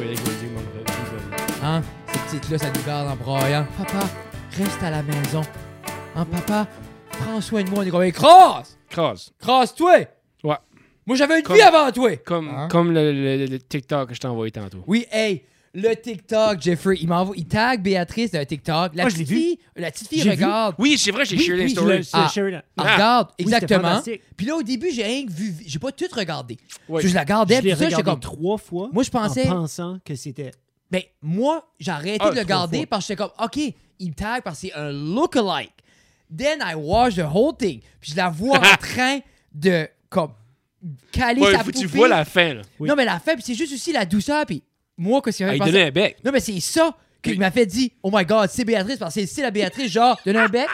là, Hein? ça nous garde en broyant. Papa, reste à la maison. Hein, papa, prends soin de moi. On est comme, Hey, crosse! Cross. Crosse-toi! Ouais. Moi, j'avais une Comme- vie avant toi! Comme, Hein? comme le, le- le TikTok que je t'ai envoyé tantôt. Oui, hey, le TikTok, Jeffrey, il m'envoie, il tag Béatrice d'un TikTok. La Moi, Ah, je petite l'ai vu. fille, la petite fille J'ai regarde. Oui, c'est vrai, j'ai Oui, share les oui, je l'ai- stories. je l'ai share dans- Elle Ah. regarde, Oui, c'était exactement. fantastique. Puis là, au début, j'ai rien que vu, j'ai pas tout regardé. Oui. Puis Je la gardais, Je l'ai puis ça, j'étais regardé comme. trois fois Moi, je pensais, en pensant que c'était... ben, moi, j'ai arrêté Ah, de le trois garder fois. parce que j'étais comme, OK, il me tag parce que c'est un look-alike. Then I watch the whole thing. Puis je la vois en train de, comme, caler Ouais, sa faut que poupée. tu vois la fin, là. Oui. Non, mais la fin, puis c'est juste aussi la douceur, puis moi, que c'est Ah, il donnait un bec. Non, mais c'est ça qu'il Oui. m'a fait dire Oh my god, c'est Béatrice, parce que c'est la Béatrice, genre, donne un bec,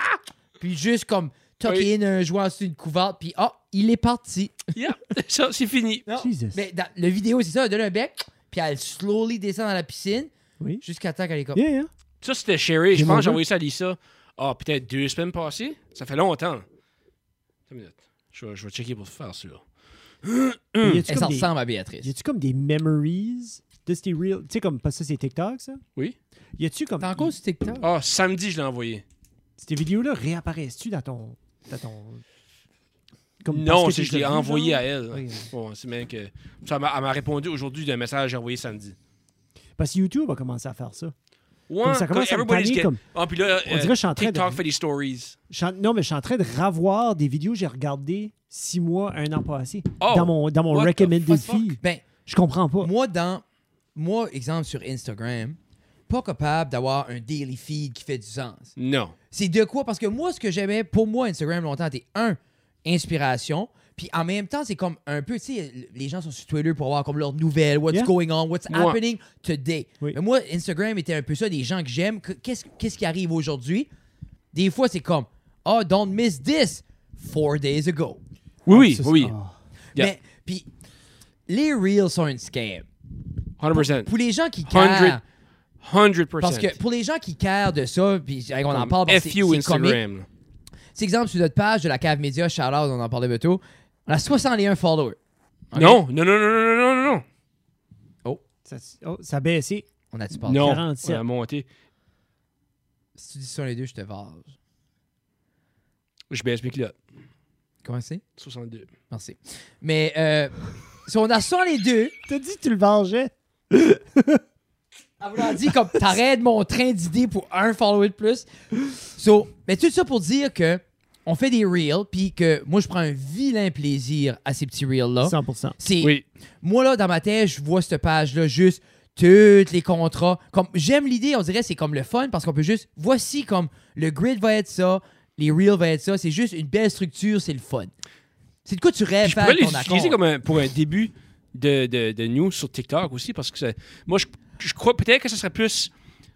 puis juste comme tuck Oui. in un joueur sur une couverte, puis oh, il est parti. Yeah, ça, c'est fini. Non, Jesus. Mais dans le vidéo, c'est ça, elle donne un bec, puis elle slowly descend dans la piscine Oui. jusqu'à temps qu'elle est comme. Yeah, yeah. Ça, c'était Sherry. Je J'ai pense mon que j'ai gars. envoyé ça à Lisa. Ah, peut-être deux semaines passées. Ça fait longtemps. Attends une minute. Je vais, je vais checker pour faire ça. Hmm. Y a-tu Elle s'en comme, des- ressemble à Béatrice. y a-tu comme des memories de ces reels? Tu sais, comme, parce que ça, c'est TikTok, ça? Oui. Y a-tu comme... T'es encore sur TikTok Ah, samedi, je l'ai envoyé. Ces vidéos-là réapparaissent-tu dans ton... Dans ton... Comme non, parce que c'est je t'es l'ai déjà vu, envoyé genre? à elle. Oui. Bon, c'est même que. Ça m'a- elle m'a répondu aujourd'hui d'un message que j'ai envoyé samedi. Parce que YouTube a commencé à faire ça. Ouais, Comme ça commence à me everybody's tanner, get- comme- Ah, puis là, On dirait que je suis en train de- TikTok fait des stories. Je suis en- non, mais je suis en train de revoir des vidéos que j'ai regardées six mois, un an passé. Oh, dans mon, dans mon what the recommended fuck? feed. Ben, Je comprends pas. moi, dans. Moi, exemple, sur Instagram, pas capable d'avoir un daily feed qui fait du sens. Non. C'est de quoi? Parce que moi, ce que j'aimais pour moi, Instagram longtemps, c'était un, inspiration. Puis en même temps, c'est comme un peu, tu sais, les gens sont sur Twitter pour avoir comme leurs nouvelles, what's Yeah. going on, what's Ouais. happening today. Oui. Mais moi, Instagram était un peu ça, des gens que j'aime, que- qu'est-ce qu'est-ce qui arrive aujourd'hui? Des fois, c'est comme, oh, don't miss this, four days ago. Oui, oui, Ça, c'est- oui. ah. Yeah. Mais, puis, les reels sont une scam. 100%. Pour les gens qui 100%. carent, 100%. parce que pour les gens qui carent de ça, puis hey, on en Comme parle parce que c'est- FU c'est comique. Instagram. là. C'est exemple sur notre page de la cave média, shout out, on en parlait bientôt. On a 61 followers. Ok? Non, non, non, non, non, non, non, non. Ça, oh, ça a baissé. On a-tu parlé? Non, 47. on a monté. Si tu dis ça les deux, je te vage. Je baisse mes culottes. Comment c'est? 62. Merci. Mais, euh, si on a 102, T'as dit que tu le vengeais? à vouloir dire comme t'arrêtes mon train d'idées pour un follower de plus. So, mais tout ça pour dire que on fait des reels, puis que moi, je prends un vilain plaisir à ces petits reels-là. 100%. C'est Oui. Moi, là, dans ma tête, je vois cette page-là juste toutes les contrats. Comme J'aime l'idée, on dirait c'est comme le fun parce qu'on peut juste. Voici comme le grid va être ça, les reels va être ça. C'est juste une belle structure, c'est le fun. C'est de quoi tu rêves Puis je pourrais avec les ton utiliser accord. comme un- pour un début de, de, de news sur TikTok aussi, parce que ça- moi, je, je crois peut-être que ça serait plus,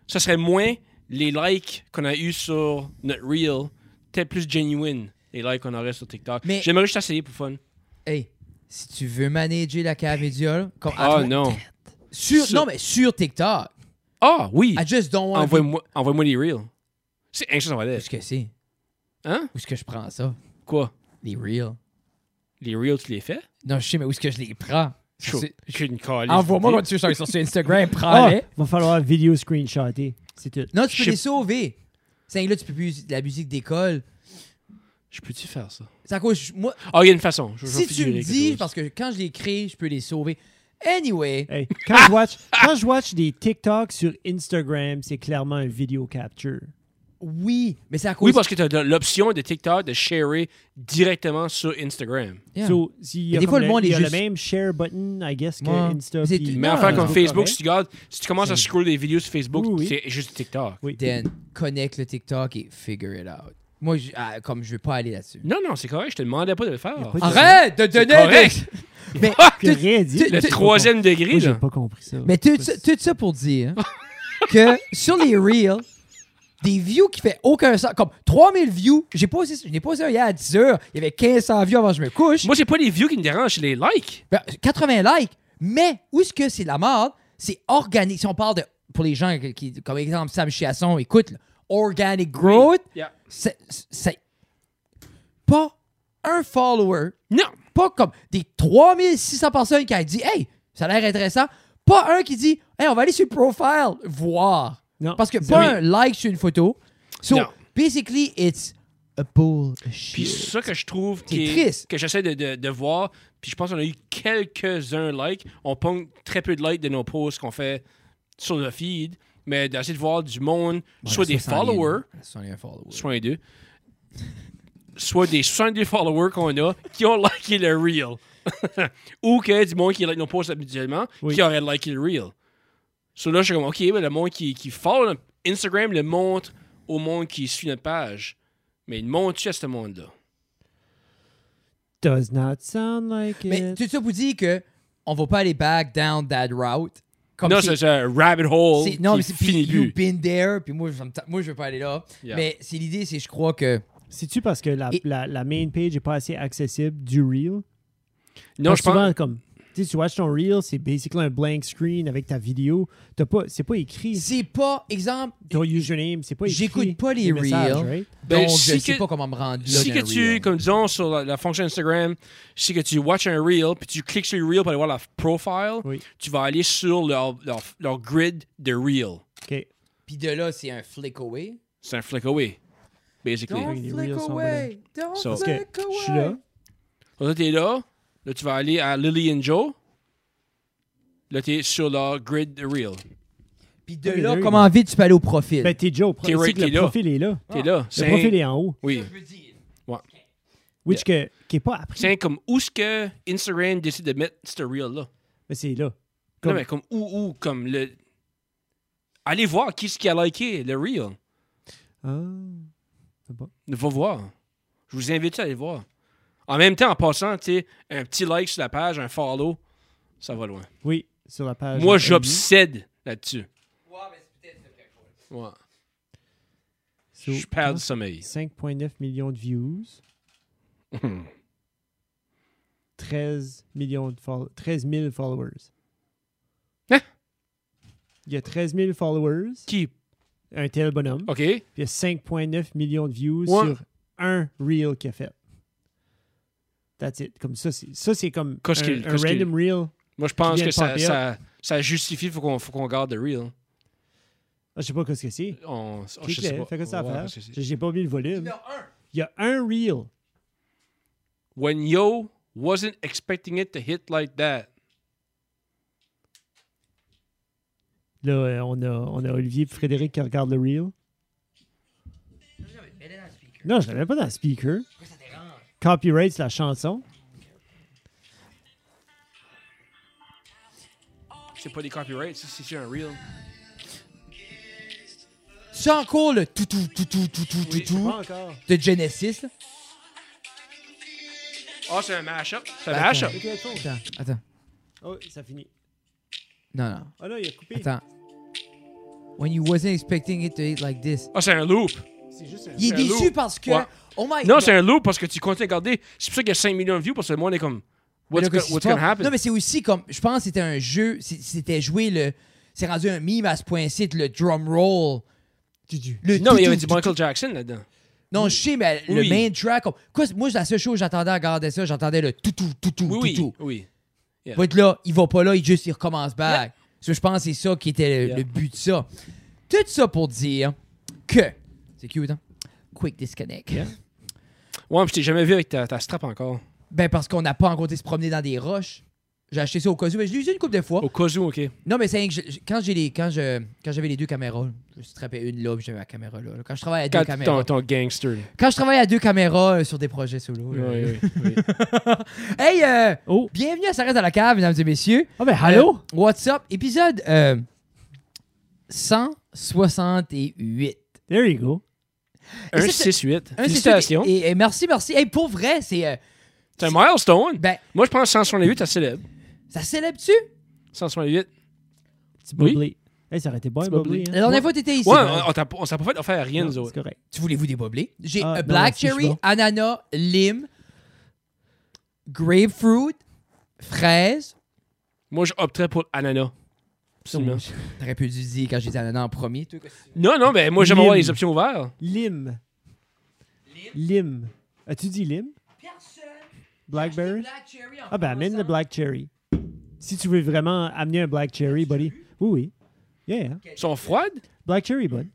ça serait moins les likes qu'on a eu sur notre reel, peut-être plus genuine les likes qu'on aurait sur TikTok. Mais- J'aimerais juste essayer pour fun. Hey, si tu veux manager la cave média, là, comme à Ah toi- non. Sur, Sur- non, mais sur TikTok. Ah oui. I just don't want to. Envoie-moi envoie les reels. C'est anxious, on va Où dire. est-ce que c'est? Hein? Où est-ce que je prends ça? Quoi? Les reels. Les reels, tu les fais? Non, je sais, mais où est-ce que je les prends? Je C'est- je suis une calée. Envoie-moi quand tu sur sur Instagram, Ah, prends-les. va falloir vidéo screenshotter. C'est tout. Non, Je tu peux sais les sauver. C'est là, tu peux plus de la musique d'école. Je peux-tu faire ça? C'est à cause. je- Moi, Ah, il y a une façon. Je- je vais si tu figurer me quelque dis, chose. parce que quand je les crée, je peux les sauver. Anyway, Hey, quand, je watch, quand je watch des TikTok sur Instagram, c'est clairement un vidéo capture. oui, mais c'est à cause. Oui, parce que tu as l'option de TikTok de sharer directement sur Instagram. Yeah. So, s'il y Mais a, des comme fois, le, le monde il y est a juste- le même share button, I guess, que Ouais. Insta. C'est- puis- Mais Non, enfin, non, comme non, Facebook, si correct. tu regardes, si tu commences à scroller des vidéos sur Facebook, Oui, oui. c'est juste TikTok. Oui. Dan, connecte le TikTok et figure it out. Moi, je- ah, comme je veux pas aller là-dessus. Non, non, c'est correct, je te demandais pas de le faire. pas de- Arrête de C'est donner. correct. des- Mais, J'ai tout, rien dit. tu- Le tu- troisième degré, Moi, j'ai là. pas compris ça. mais tout, ça, tout ça pour dire que sur les reels, des views qui fait aucun sens. Comme 3000 views, j'ai pas aussi- je n'ai pas ça hier à 10 heures. Il y avait 1500 views avant que je me couche. Moi, c'est pas les views qui me dérangent, c'est les likes. Ben, 80 likes, mais où est-ce que c'est la mode? C'est organique. Si on parle de. Pour les gens qui, qui- comme exemple, Sam Chiasson, écoute, là, organic growth, Yeah. c'est- c'est pas un follower, Non. pas comme des 3600 personnes qui a dit Hey, ça a l'air intéressant, pas un qui dit Hey, on va aller sur le profile, voir. Non. Parce que zéro. pas un like sur une photo. So, Non. basically, it's a bullshit. Puis c'est ça que je trouve C'est qui est- triste. que j'essaie de, de- de voir. Puis je pense qu'on a eu quelques-uns likes. On pogne très peu de likes de nos posts qu'on fait sur le feed. Mais d'essayer de voir du monde, soit des followers, soit deux, soit des 62 followers qu'on a qui ont liké le reel. Ou que du monde qui like nos posts habituellement Oui. qui aurait liké le reel. So là, je suis comme, OK, ben, le monde qui, qui follow notre Instagram le montre au monde qui suit notre page. Mais il montre-tu à ce monde-là? Does not sound like Mais it. tout ça pour dire que on va pas aller back down that route. Comme non, c'est- c'est c'est un rabbit hole. c'est- non, mais c'est c'est fini puis you've plus. been there, puis moi, je, moi, je veux pas aller là. Yeah. Mais c'est l'idée, c'est je crois que C'est-tu parce que la, Et- la, la main page est pas assez accessible du Reel? Non, Parce je que souvent, pense. comme, tu sais, tu watches ton Reel, c'est basically un blank screen avec ta vidéo. T'as pas, c'est pas écrit. c'est pas exemple. Ton username, c'est pas écrit. J'écoute pas les messages, Reels. right? Ben, donc, je si sais que- pas comment me rendre là. Si dans que un tu, reel. comme disons sur la, la fonction Instagram, si que tu watches un reel, puis tu cliques sur le reel pour aller voir la profile, Oui. tu vas aller sur leur, leur, leur grid de reel. OK. Puis de là, c'est un flick away. C'est un flick away, basically. Don't les flick reels sont away. Don't So- Parce que flick away. je suis là. Donc là, t'es là, là, tu vas aller à Lily and Joe, là, t'es sur leur grid de reel. Puis de Ok, là, there you comment vite tu peux aller au profil? Ben, t'es déjà au T'es profil. right, que le t'es là. profil est là. T'es là. Le C'est profil est en haut. Oui. Which que, qui est pas appris. C'est comme où est-ce que Instagram décide de mettre ce reel-là? Mais c'est là. Non, Comme- mais comme où, où, comme le. Allez voir qui ce qui a liké le reel. Ah. Va voir. Je vous invite à aller voir. En même temps, en passant, tu sais, un petit like sur la page, un follow, ça va loin. Oui, sur la page. Moi, euh, j'obsède là-dessus. Ouais. so, Je perds le sommeil. 5,9 millions de views. Hmm. 13, millions de fol- 13 000 followers. Hein? Il y a 13 000 followers. Qui? Un tel bonhomme. OK. Puis il y a 5,9 millions de views Ouais. sur un reel qu'il a fait. That's it. Comme ça, c'est, ça, c'est comme un, Qu'est-ce qu'il- un qu'est-ce qu'il- random reel. Moi, je pense Qui vient que de ça, popper up. ça, ça justifie, faut qu'on faut qu'on garde le reel. Ah, Je sais pas qu'est-ce que c'est. On, oh, je Clique-le, sais pas. fais que ça On à va voir faire. ce que c'est. J'ai j'ai pas mis le volume. Il y a un reel. When yo wasn't expecting it to hit like that. Là, euh, on a, on a Olivier et Frédéric qui regardent le reel. Non, je l'avais pas dans le speaker. Copyright, c'est la chanson. C'est pas des copyrights, c'est- c'est c'est un reel. C'est encore le tout, tout, tout, tout, tout, tout, tout, tout encore. de Genesis. Là. Ah, c'est un mashup. C'est un mashup. attends. Oh, Attends, attends. ça finit. Non, non. Oh non, il a coupé. Attends. When you wasn't expecting it to eat like this. Ah, c'est un loop. Eh, C'est juste un... Il est C'est un déçu lourd. parce que. Ouais. Oh my Non, c'est un loop parce que tu comptes regarder. C'est pour ça qu'il y a 5 millions de views parce que le monde est comme. Mais là, What's, gonna, qu'est-ce qui what's se passe? gonna happen? Non, mais c'est aussi comme. Je pense que c'était un jeu. c'est- C'était joué le. C'est rendu un mime à ce point-ci, le drum roll. Le Non, mais il y avait tout, tout, du tout, Michael Jackson là-dedans. Non, je sais, mais le Oui. main track. comme- Quoi, moi, la seule chose que j'entendais à regarder ça, j'entendais le tout, tout, tout, tout, Oui, tout, oui. Oui. tout. Il va être là, il va pas là, il juste, il recommence back. Parce que je pense que c'est ça qui était le, Yeah. le but de ça. Tout ça pour dire que. C'est cute, hein? Quick disconnect. Ouais, puis je t'ai jamais vu avec ta, ta strap encore. Ben, parce qu'on n'a pas encore été se promener dans des roches. J'ai acheté ça au cas où. mais je l'ai usé une couple de fois. Au cas où, OK. Non, mais c'est que je- je- quand j'ai les, quand je, quand j'avais les deux caméras, je me suis trappé une là, puis j'avais la caméra là. Quand je travaille à deux Quand caméras. ton, ton gangster. là. Quand je travaille à deux caméras euh, sur des projets solo. là. Oui, oui, oui. Hey, euh, Oh. bienvenue à S'arrête à la cave, mesdames et messieurs. Ah ben, allô? Euh, what's up? Épisode euh, 168. There you go. Et ça, 1, c'est- 6, 8. Un, c'est Félicitations. ça, Et, et merci, merci. Hey, pour vrai, c'est. euh, C'est un milestone. ben, Moi, je pense 168, ça célèbre. ça célèbre-tu? 168. Petit Oui. bubbly. Hey, ça aurait été bon, un Petit bubbly. hein? bubbly. La dernière fois, t'étais ici. Ouais, Brian. on, on t'a- on s'est pas fait offert à rien, nous Non, c'est autres. correct. Tu voulez-vous des boblés? J'ai Ah, euh, non, black merci, je cherry, suis bon. ananas, lime, grapefruit, fraise. Moi, je opterais pour ananas. Absolument. T'aurais pu le dire quand j'ai dit ananas en premier. toi, qu'est-ce que tu- Non, non, mais moi, j'aime avoir Lime. les options ouvertes. Lime. Lime. As-tu dit lime? Blackberry? ben, Ah ben, amène le black cherry. Si tu veux vraiment amener un black cherry, buddy. Oui, oui. Yeah, yeah. Ils sont froides? Black Cherry Bud.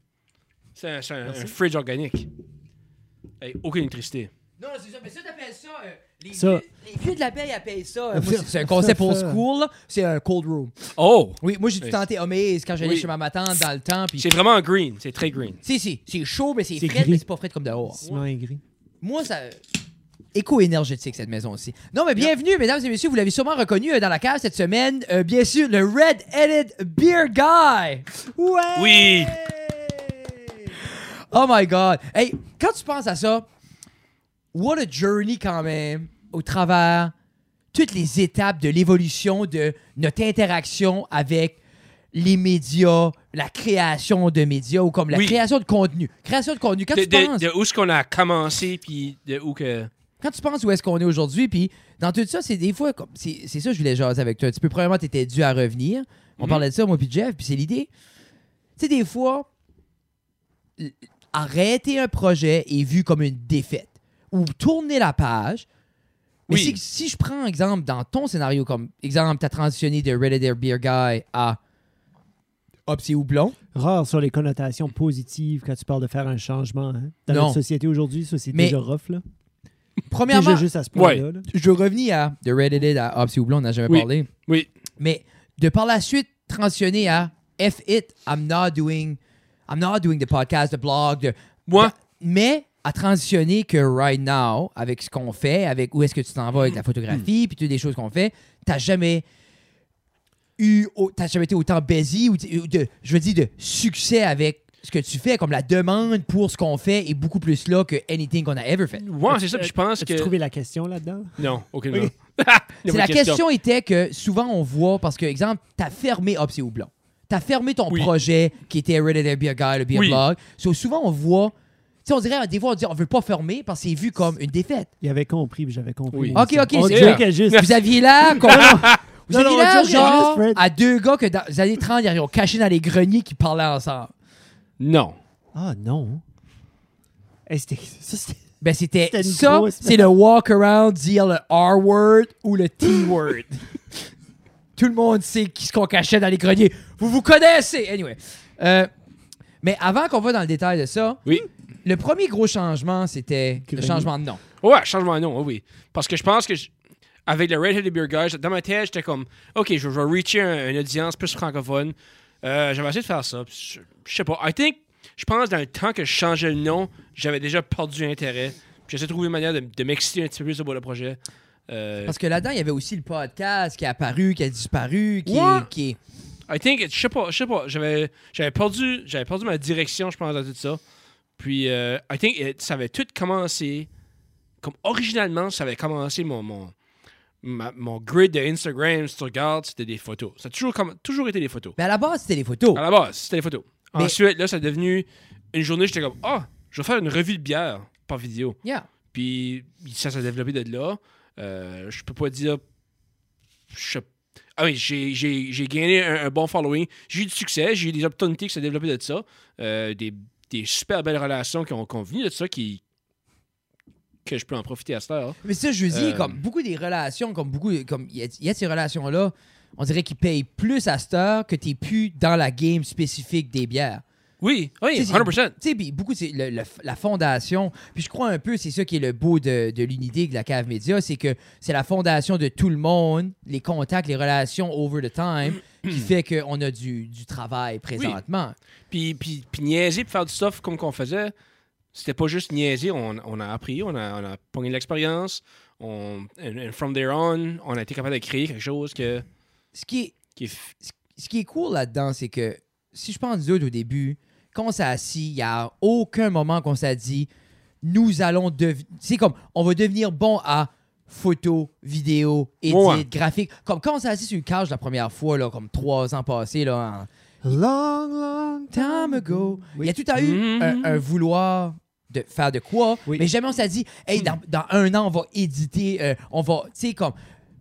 C'est un, c'est un- un fridge organique. Avec aucune électricité. Non, c'est ça. Mais ça, t'appelles ça. euh, les, Ça. Vieux, les vieux de la paix, ils appellent ça. euh, moi, c'est- c'est un concept old school. là. C'est un cold room. Oh! Oui, moi, j'ai tout Oui. tenté Amaze quand j'allais Oui. chez ma ma tante dans le temps. Puis. C'est vraiment green. C'est très green. Si, si, c'est chaud, mais c'est C'est frais, gris. mais c'est pas frais comme dehors. Ciment et gris. Moi, ça. euh, Éco-énergétique, cette maison aussi. Non, mais bienvenue, mesdames et messieurs. Vous l'avez sûrement reconnu euh, dans la cave cette semaine. Euh, bien sûr, le Red-Headed Beer Guy. Ouais! Oui! Oh my God. Hey, quand tu penses à ça, what a journey quand même au travers toutes les étapes de l'évolution de notre interaction avec les médias, la création de médias ou comme la Oui. création de contenu. Création de contenu. Quand De, tu de- penses, de où est-ce qu'on a commencé, puis de où que... quand tu penses où est-ce qu'on est aujourd'hui, puis dans tout ça, c'est des fois comme c'est c'est ça que je voulais jaser avec toi un petit peu. Premièrement, t'étais dû à revenir. On Mhm. parlait de ça moi puis Jeff, puis c'est l'idée. Tu sais des fois l- arrêter un projet est vu comme une défaite ou tourner la page. Mais Oui. si, si je prends exemple dans ton scénario comme exemple, t'as transitionné de Red Dead Beer Guy à Hop c'est houblon. Rare sur les connotations positives quand tu parles de faire un changement. hein. Dans Non. notre société aujourd'hui, ça, c'est Mais- déjà rough, là. Premièrement, Déjà juste à ce point-là. là. je revenais à de Red Dead à Hop c'est houblon, on n'a jamais Oui. parlé. Oui. Mais de par la suite transitionner à F it, I'm not doing I'm not doing the podcast, the blog, the- Bah, Moi, mais à transitionner que right now, avec ce qu'on fait, avec où est-ce que tu t'en vas avec la photographie, puis toutes les choses qu'on fait, t'as jamais eu, au- t'as jamais été autant busy ou t- ou de, je veux dire, de succès avec ce que tu fais, comme la demande pour ce qu'on fait est beaucoup plus là que anything qu'on a ever fait. moi c'est ça, puis je pense As-tu que... trouvé la question là-dedans? Non, aucune Oui. C'est la question était que souvent on voit, parce que, exemple, t'as fermé Hopsy ou Blanc. T'as fermé ton Oui. projet qui était Ready to Be a Guy, le Be a Oui. Blog. So, souvent on voit, tu sais, on dirait, des fois on dit on veut pas fermer parce que c'est vu comme une défaite. Il avait compris, puis j'avais compris. Oui. Mais Ok, ça- ok, On c'est ça. jokait juste. Vous aviez là, comme- vous Non, aviez non, là, on joke, genre, juste, Fred. à deux gars que dans les années 30, ils ont caché dans les greniers qui parlaient ensemble. Non. Ah non. Hey, c'était- ça, c'était- Ben, c'était C'était une ça, grosse- c'est le walk around, dire le R-word ou le T-word. Tout le monde sait qui ce qu'on cachait dans les greniers. Vous vous connaissez! Anyway. Euh, mais avant qu'on va dans le détail de ça, Oui. le premier gros changement, c'était le Grenier. changement de nom. Ouais, changement de nom, oui, oui. Parce que je pense que, je- avec le Red Headed Beer Guys, dans ma tête, j'étais comme, OK, je, je vais reacher un- une audience plus francophone. Euh, j'avais essayé de faire ça. puis Je, je sais pas. I think, je pense, dans le temps que je changeais le nom, j'avais déjà perdu intérêt. Puis J'essaie de trouver une manière de, de m'exciter un petit peu plus sur le projet. Euh, Parce que là-dedans, il y avait aussi le podcast qui est apparu, qui a disparu, qui, Ouais. qui est. I think, je sais pas, je sais pas, j'avais, j'avais perdu, j'avais perdu ma direction, je pense, dans tout ça. Puis, euh, I think, it- ça avait tout commencé, comme originalement, ça avait commencé mon, mon, ma- mon grid de Instagram, si tu regardes, c'était des photos. Ça a toujours, comme, toujours été des photos. Mais à la base, c'était les photos. À la base, c'était des photos. Mais- Ensuite, là, ça est devenu une journée, j'étais comme, ah, je vais faire une revue de bière par vidéo. Yeah. Puis ça s'est développé de là. Euh, je peux pas dire. je- Ah oui, j'ai- j'ai j'ai gagné un, un bon following. J'ai eu du succès, j'ai eu des opportunités qui se sont développées de ça. Euh, des, des super belles relations qui ont convenu de ça, qui que je peux en profiter à cette heure. Mais ça, je dis, Euh, comme beaucoup des relations, comme beaucoup, comme il y, a- il y a ces relations-là, on dirait qu'ils payent plus à cette heure que t'es plus dans la game spécifique des bières. Oui, oui, Tu sais, 100%. Tu sais, puis beaucoup, c'est le- le- la fondation. Puis je crois un peu, c'est ça qui est le beau de, de l'unité de la cave média, c'est que c'est la fondation de tout le monde, les contacts, les relations over the time, qui fait qu'on a du, du travail présentement. Puis, puis, puis niaiser puis faire du stuff comme qu'on faisait, c'était pas juste niaiser. On, on a appris, on a, on a pogné de l'expérience. On, and- and from there on, on a été capable de créer quelque chose que, Ce qui est qui est f- ce qui est cool là-dedans, c'est que si je pense d'autres au début, quand on s'est assis, il n'y a aucun moment qu'on s'est dit nous allons devenir. C'est comme on va devenir bon à photo, vidéo, edit, Ouais. graphique. Comme quand on s'est assis sur le couch la première fois, là, comme trois ans passés, là, en Long, long time ago. Il y a tout à eu Mhm. un, un vouloir de faire de quoi, Mm-hmm. Oui. Mm. mais jamais on s'est dit, hey, dans, dans un an, on va éditer, euh, on va, tu sais, comme.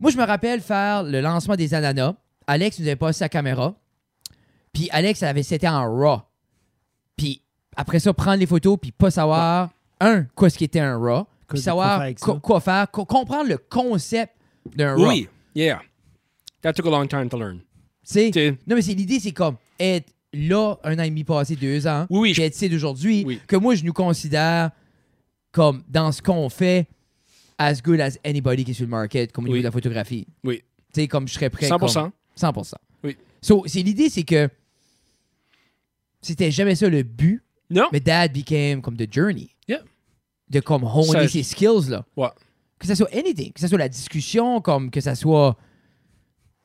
Moi, je me rappelle faire le lancement des ananas. Alex nous avait passé sa caméra, puis Alex elle avait c'était en raw. Puis après ça, prendre les photos, puis pas savoir, un, quoi ce qui était un raw, puis de savoir quoi faire avec co- ça. quoi faire, co- comprendre le concept d'un raw. Oui, yeah. That took a long time to learn. Tu sais, T'sais. non, mais c'est l'idée, c'est comme être là, un an et demi passé, deux ans, Oui, oui, qui je- est titre d'aujourd'hui, Oui. que moi, je nous considère comme, dans ce qu'on fait, as good as anybody qui est sur le market, comme au niveau Oui. de la photographie. Oui. Tu sais, comme je serais prêt. 100%. comme- 100%. Oui. So, c'est l'idée, c'est que c'était jamais ça le but, Non, mais Dad became comme the journey. Yeah. De comme honer Ça- ses skills, là. Ouais. Que ça soit anything, que ça soit la discussion, comme que ça soit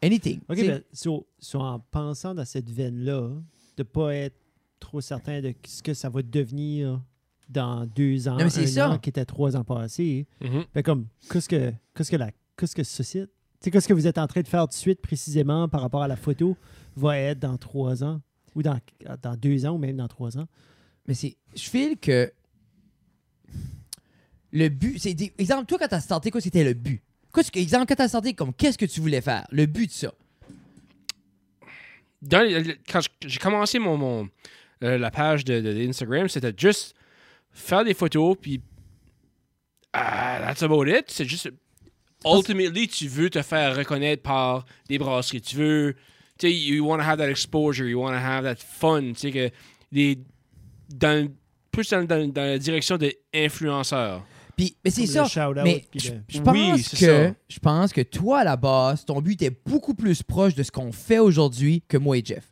anything. OK, tu sais. ben, so- so en pensant dans cette veine-là, de pas être trop certain de ce que ça va devenir dans deux ans, Non, mais c'est un ça. an, qui était trois ans passés, Mhm. ben comme, qu'est-ce que, qu'est-ce que la, qu'est-ce que ceci, tu sais, qu'est-ce que vous êtes en train de faire tout de suite précisément par rapport à la photo va être dans trois ans ou dans, dans deux ans ou même dans trois ans. Mais c'est. Je file que. Le but. C'est des- exemple, toi, quand t'as starté, quoi, c'était le but? Qu'est-ce que- exemple, quand t'as starté, comme, qu'est-ce que tu voulais faire? Le but de ça. dans les- les- quand je- j'ai commencé mon, mon- euh, la page de, de- d'Instagram, c'était juste faire des photos, puis ah, that's about it. C'est juste, ultimately, tu veux te faire reconnaître par des brasseries. Tu veux, tu sais, you want to have that exposure, you want to have that fun. Tu sais, que des, dans, plus dans, dans- dans la direction des influenceurs. Puis, mais c'est Comme ça. le shout-out, mais puis je le- je pense Oui, c'est que ça. je pense que toi à la base, ton but était beaucoup plus proche de ce qu'on fait aujourd'hui que moi et Jeff.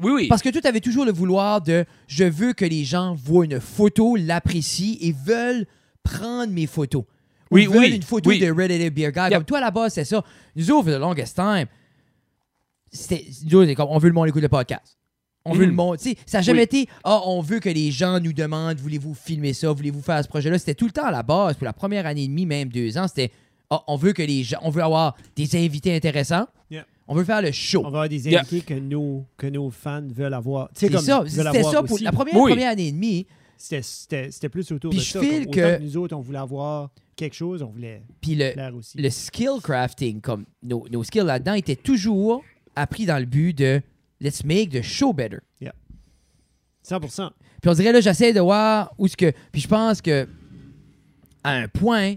Oui, oui. Parce que toi, t'avais toujours le vouloir de je veux que les gens voient une photo, l'apprécient et veulent prendre mes photos. Ou Oui, veulent oui, une photo oui. de Red Dead Beer Guy. Comme toi, à la base, c'est ça. Nous autres, for the longest time, c'était. nous autres, c'est comme on veut le monde écoute le podcast. On veut Mm. le monde. Tu sais, ça n'a jamais Oui. été Ah, on veut que les gens nous demandent voulez-vous filmer ça, voulez-vous faire ce projet-là. C'était tout le temps à la base, pour la première année et demie, même deux ans, c'était Ah, on veut que les gens. On veut avoir des invités intéressants. Yeah. On veut faire le show. On va avoir des Yeah. invités que, nos, que nos fans veulent avoir. Tu sais, C'est comme ça. veulent C'était avoir ça pour aussi. la première, Oui. première année et demie. C'était- C'était c'était plus autour Puis de je ça. file comme autant que- Euh, nous autres, on voulait avoir quelque chose, on voulait Puis le, plaire aussi. le skill crafting, comme nos, nos skills là-dedans, étaient toujours appris dans le but de let's make the show better. 100 Puis on dirait là, j'essaie de voir où ce que. Puis je pense que à un point,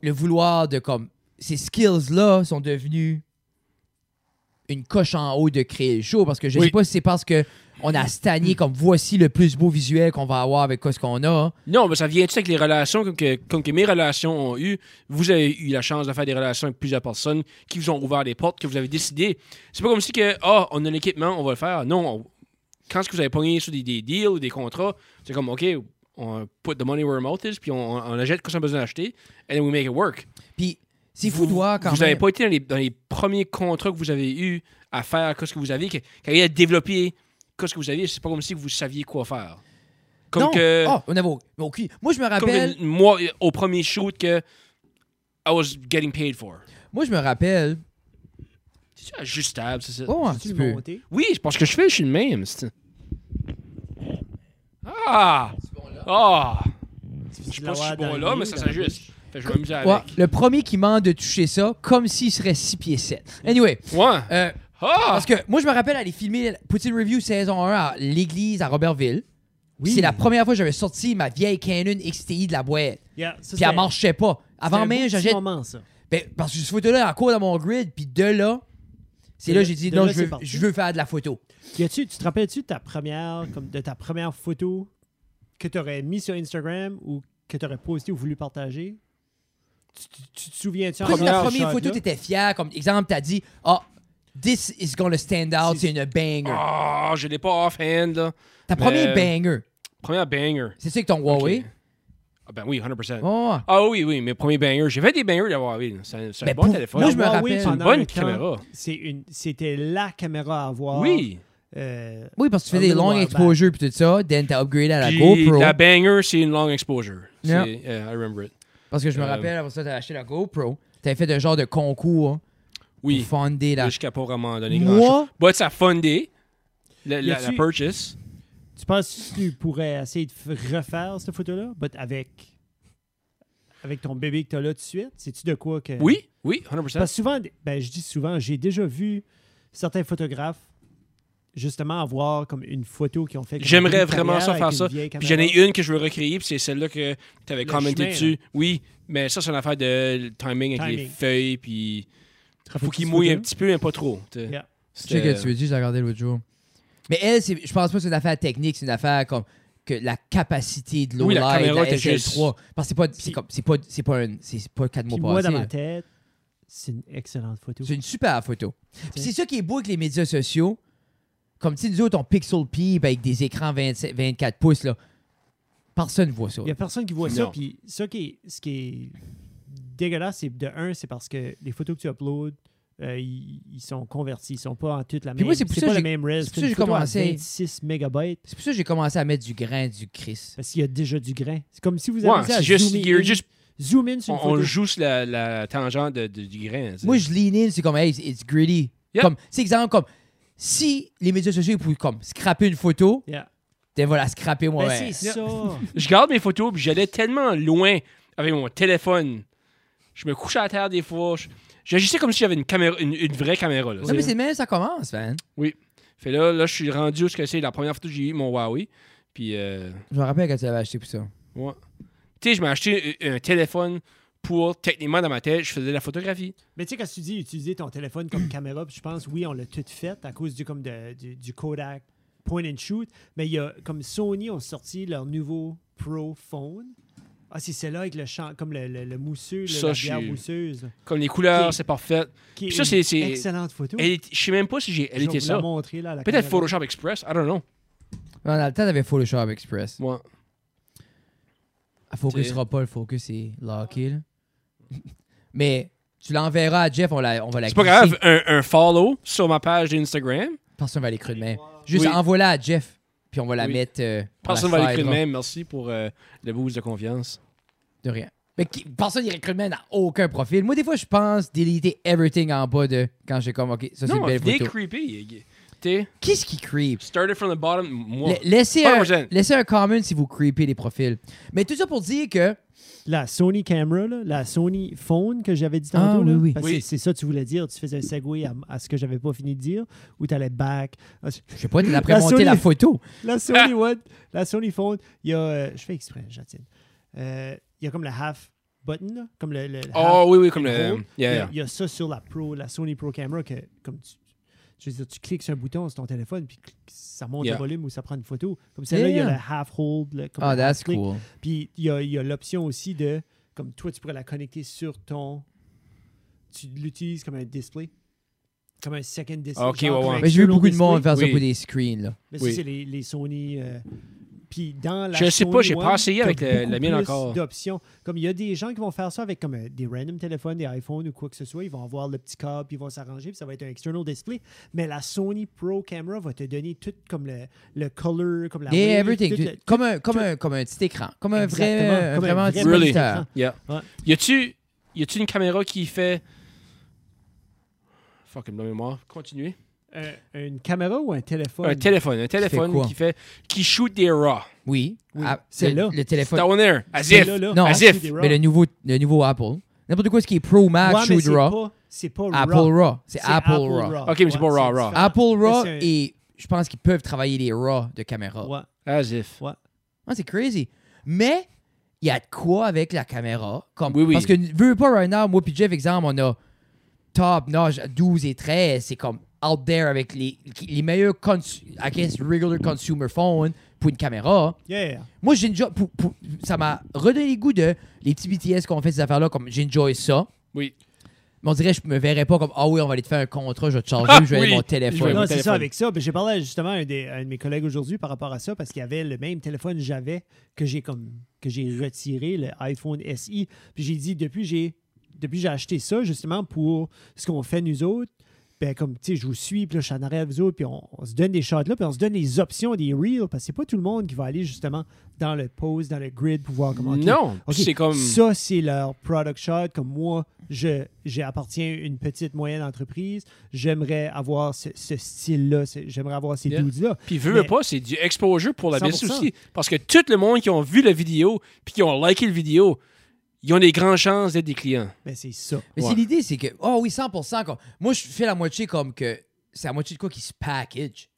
le vouloir de comme ces skills là sont devenus une coche en haut de créer le show parce que je Oui. sais pas si c'est parce que on a stagné comme voici le plus beau visuel qu'on va avoir avec quoi ce qu'on a. Non, mais ça vient-tu avec les relations comme que, comme que mes relations ont eu? Vous avez eu la chance de faire des relations avec plusieurs personnes qui vous ont ouvert des portes, que vous avez décidé. C'est pas comme si que, ah, on a l'équipement, on va le faire. Non, on- quand est-ce que vous avez pogné sur des, des deals ou des contrats, c'est comme, OK, on put the money where our mouth is, puis on, on achète ce qu'on a besoin d'acheter, and then we make it work. Puis c'est fou Vous- de voir quand Vous même. n'avez pas été dans les, dans les premiers contrats que vous avez eu à faire, qu'est-ce que vous avez, que- quand il a développé qu'est-ce que vous aviez, c'est pas comme si vous saviez quoi faire. Comme Non. que... Ah, on avait aucune- Moi, je me Comme rappelle. le- moi, au premier shoot que I was getting paid for. Moi, je me rappelle. C'est ajustable, c'est ça? Oh, un tu petit le peu. monter? Oui, je pense que je fais, je suis le même. c'est- Ah! Ah! Je Difficile pense que je suis d'avoir dans bon le là, milieu, mais dans ça le s'ajuste. bouche. Fait que je vais m'amuser Ouais, avec. le premier qui ment de toucher ça, comme s'il serait 6 pieds 7. Anyway, Ouais! euh, Ah! parce que moi, je me rappelle aller filmer Poutine Review saison 1 à l'église à Robertville. Oui. C'est la première fois que j'avais sorti ma vieille Canon XTI de la boîte. Yeah, ça, Puis elle c'était- marchait pas. c'était un Avant beau même, petit j'achète. moment, ça. Ben, parce que cette photo-là est en cours dans mon grid, puis de là, c'est De là là- j'ai dit de non, là, je c'est veux, parti. je veux faire de la photo. Y a-tu- tu te rappelles-tu de ta première, comme de ta première photo que tu aurais mis sur Instagram ou que tu aurais postée ou voulu partager? Tu, tu- tu te souviens-tu Première, encore de ce première photo, shot-là? t'étais fier. Comme exemple, t'as dit Ah, this is gonna stand out, c'est C'est- une banger. Ah! Je l'ai pas offhand, là. Ta première Euh, banger, Première banger. c'est ça que ton Huawei. Ok. Ah ben oui, 100%. Oh, ouais. Ah oui, oui, mes premiers bangers. J'ai fait des bangers d'avoir, oui. C'est un, c'est un Ben, bon pour- téléphone. moi, je me Huawei, rappelle. pendant Une bonne un temps, caméra. c'est une- C'était la caméra à avoir. Oui! Euh, Oui, parce que tu Un fais des little longs while exposures puis tout ça. Then t'as upgradé à Ah. la ben. Puis GoPro. la banger, c'est une long exposure. C'est- Yeah. yeah, I remember it. Parce que je me euh, rappelle, après ça, t'as acheté la GoPro. T'avais fait un genre de concours hein, Oui. pour fonder la. Jusqu'à pas vraiment donner Moi- grand-chose. But ça a fundé la, la- la Y a-tu- Ben, purchase. Tu penses que tu pourrais essayer de f- refaire cette photo-là? but Avec, avec ton bébé que tu as là tout de suite? C'est-tu de quoi que. Oui, oui, 100%. Parce que souvent, ben, je dis souvent, j'ai déjà vu certains photographes justement avoir comme une photo qui ont fait. comme J'aimerais une vraiment ça faire carrière avec ça. une vieille Puis j'en ai caméra. une que je veux recréer, puis c'est celle-là que tu avais Le commenté chemin, dessus. Oui, mais ça, c'est une affaire de timing avec les Timing. Ah, feuilles, puis Te rappelles-tu faut qu'il de cette mouille un photo-là? petit peu, mais pas trop. t'sais. Yeah. Je sais que C'était- tu veux dire, j'ai regardé l'autre jour. Mais elle, c'est- je pense pas que c'est une affaire technique, c'est une affaire comme que la capacité de l'eau Oui, la caméra était SL3. Parce que c'est pas, c'est Puis- comme, c'est pas, c'est pas un, c'est pas quatre mots Puis moi, passés. dans ma là. tête, c'est une excellente photo. C'est une super photo. Puis c'est ça qui est beau avec les médias sociaux. Comme tu sais, nous autres, on pixel peep avec des écrans 27 24 pouces, là. Personne voit ça. Il n'y a personne qui voit ça. Non. Puis ça qui est- ce qui est dégueulasse, c'est de un, c'est parce que les photos que tu uploads, euh, ils, ils sont convertis. Ils sont pas en toute la Puis même. moi, c'est pour ça pas que le j'ai- même c'est res. pour ça une que j'ai photo à commencé. 26 mégabytes C'est pour ça que j'ai commencé à mettre du grain du Chris. parce qu'il y a déjà du grain. C'est comme si vous Ouais, avez c'est juste, zoomer you're in, just- zoom in on, sur une on photo. joue sur la, la tangente de- de- du grain. tu sais. Moi, je lean in, c'est comme, hey, it's- it's gritty. Yep. Comme, c'est exemple comme, si les médias sociaux pouvaient comme scraper une photo, Yeah. t'es voilà, scraper moi. Ben, ouais. c'est ça. Je garde mes photos, puis j'allais tellement loin avec mon téléphone. Je me couche à la terre des fois. je- J'agissais comme si j'avais une, caméra, une, une vraie caméra. Là, Non, mais c'est même ça commence, man. fait là, là, je suis rendu où ce que c'est la première photo que j'ai eu, mon Huawei. Puis, euh, Je me rappelle quand tu l'avais acheté pour ça. ouais. Tu sais, je m'ai acheté un, un téléphone pour, techniquement, dans ma tête, je faisais de la photographie. Mais tu sais, quand tu dis utiliser ton téléphone comme caméra, puis je pense, oui, on l'a tout fait à cause du, comme de- du, du Kodak point and shoot. Mais il y a, comme Sony ont sorti leur nouveau Pro Phone. Ah, c'est celle-là avec le champ, comme le, le, le mousseux, là, Ça, la je bière suis- mousseuse. là, Comme les couleurs, Ok. c'est parfait. Puis qui est ça, une c'est- c'est- excellente photo. Elle est- Je sais même pas si j'ai Je vais édité vous la ça. montrer, là, à la Peut-être caméra. Photoshop Express, I don't know. Ouais, Dans le temps, t'avais Photoshop Express. Moi. Elle focusera pas, le focus est locké, là. mais tu l'enverras à Jeff, on, la, on va la C'est pas glisser. grave, un, un follow sur ma page d'Instagram. Personne va l'écrire de même. Juste Oui. envoie-la à Jeff, puis on va la Oui. mettre. euh, on la Personne va l'écrire de slidera. même. Merci pour euh, le boost de confiance. De rien. Mais qui- personne n'y recrute même dans aucun profil. Moi, des fois, je pense déliter everything en bas de quand j'ai comme, OK, ça c'est une Non, belle des photo. creepy. T'es Qu'est-ce qui creep? started from the bottom. Moi. La- laissez, un, 100%. laissez un comment si vous creepez les profils. Mais tout ça pour dire que. La Sony Camera, là, la Sony Phone que j'avais dit Ah, tantôt. là, oui, oui. parce que Oui. C'est ça que tu voulais dire. Tu faisais un segue à, à ce que j'avais pas fini de dire ou tu allais back. Ah, je- Je sais pas, t'es après La monter Sony- la photo. La Sony One, la Sony Phone, il y a. euh, je fais exprès, j'attire. Euh, il y a comme le half button, là, comme le. le- le Oh half oui, oui, comme le. control. Il y a- Yeah, yeah. Il y a ça sur la Pro, la Sony Pro Camera que comme tu. Je veux dire, tu cliques sur un bouton sur ton téléphone, puis clic- ça monte Yeah. le volume ou ça prend une photo. Comme celle-là, il y a Yeah. le half hold. le- comme Ah, le that's half click. cool. Puis il y a il y a l'option aussi de, comme toi, tu pourrais la connecter sur ton. Tu l'utilises comme un display. Comme un second display. Ok, genre ouais, comme ouais. un Mais j'ai vu external beaucoup de monde display. faire ça Oui. pour des screens, là. Mais ça, Oui. c'est les, les Sony. euh, puis dans la Je sais Sony pas, j'ai One, pas essayé t'as avec la- la beaucoup mienne plus encore. d'options. Comme il y a des gens qui vont faire ça avec comme euh, des random téléphones, des iPhones ou quoi que ce soit, ils vont avoir le petit câble, puis ils vont s'arranger, puis ça va être un external display. Mais la Sony Pro Camera va te donner tout comme le, le color, comme la Et wave, everything. tout tu- le- comme, un, comme, un, comme un petit écran. Comme un vrai, Exactement, un comme un vraiment vrai petit Really? moniteur. Yeah. Ouais. Y a-tu y a-tu une caméra qui fait. Fuck, de mémoire. Continuez. Euh, une caméra ou un téléphone? Un téléphone, un téléphone quoi? qui fait. qui shoot des raw. Oui. Oui. Ah, C'est le, là. le téléphone. Down there. As if. Celui-là, là, Non, Asif. Asif, Mais le nouveau, le nouveau Apple. N'importe quoi, ce qui est Pro Ouais, Max, mais Shoot c'est Raw. pas- C'est pas Apple Raw. Raw. C'est C'est Apple Raw. Ok, mais c'est pas Ouais, Raw, Raw. différent. Apple Raw Mais c'est un- et je pense qu'ils peuvent travailler les Raw de caméra. Ouais, As if. ouais. Ah, c'est crazy. Mais il y a de quoi avec la caméra. Comme, Oui, oui. Parce que veux pas right now, moi puis Jeff, exemple, on a top notch à 12 et 13. C'est comme out there avec les, les meilleurs cons- I guess, regular consumer phone pour une caméra. Yeah, yeah. Moi, j'ai une jo- pour- pour- ça m'a redonné les goûts de les petits BTS qu'on fait ces affaires-là, comme j'enjoy ça. Oui. Mais on dirait que je me verrais pas comme Ah oui, on va aller te faire un contrat, je vais te charger, je vais Ah, oui. aller Je mon vais téléphone. mon Non, c'est téléphone. ça avec ça. Ben, J'ai parlé justement à un, des- à un de mes collègues aujourd'hui par rapport à ça parce qu'il y avait le même téléphone que j'avais que j'ai comme que j'ai retiré, le iPhone SI. Puis j'ai dit depuis j'ai depuis j'ai acheté ça justement pour ce qu'on fait nous autres. Ben, comme tu sais, je vous suis, puis là, je suis en arrière de vous autres, puis on, on se donne des shots là, puis on se donne les options des reels, parce que c'est pas tout le monde qui va aller justement dans le pose, dans le grid pour voir comment. Non. Ok, C'est comme. Ça, c'est leur product shot. Comme moi, je j'appartiens à une petite, moyenne entreprise. J'aimerais avoir ce, ce style-là. ce- J'aimerais avoir ces Yeah. dudes-là. Puis veux, Mais- veux pas, c'est du exposure pour la business 100%. aussi. Parce que tout le monde qui ont vu la vidéo puis qui ont liké la vidéo, ils ont des grandes chances d'être des clients. Mais Ben, c'est ça. Mais Ouais. c'est l'idée, c'est que, oh oui, 100%. Comme, moi, je fais la moitié comme que c'est la moitié de quoi qui se package.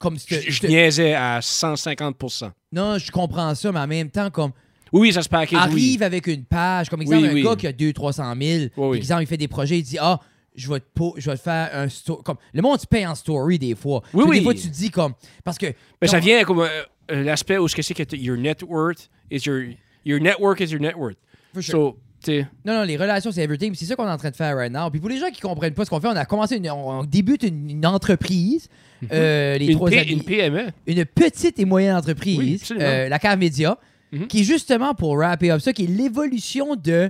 Comme ce Je, que. je Euh, je te- niaisais à 150 non, je comprends ça, mais en même temps, comme, Oui, oui, ça se package. oui. arrive avec une page. Comme exemple, Oui, un oui. gars qui a 200-300 000, Oui, oui. puis exemple, il fait des projets, il dit, ah, je vais te, po- je vais te faire un story. Comme, le monde, tu payes en story des fois. Oui, Tu sais, oui. Des fois, tu te dis comme. Parce que. Mais ça comme- vient comme euh, euh, l'aspect où ce que c'est que t- your net worth is your your network is your net worth. For sure. So, tu sais, Non, non, les relations, c'est everything. Puis C'est ça qu'on est en train de faire right now. Puis pour les gens qui comprennent pas ce qu'on fait, on a commencé, une- on on débute une, une entreprise. euh, les Mhm. une, trois P- E, amis- Ah, une PME. une petite et moyenne entreprise, Oui, absolument. euh, la Cave Média, Mhm. qui est justement pour wrapper up ça, qui est l'évolution de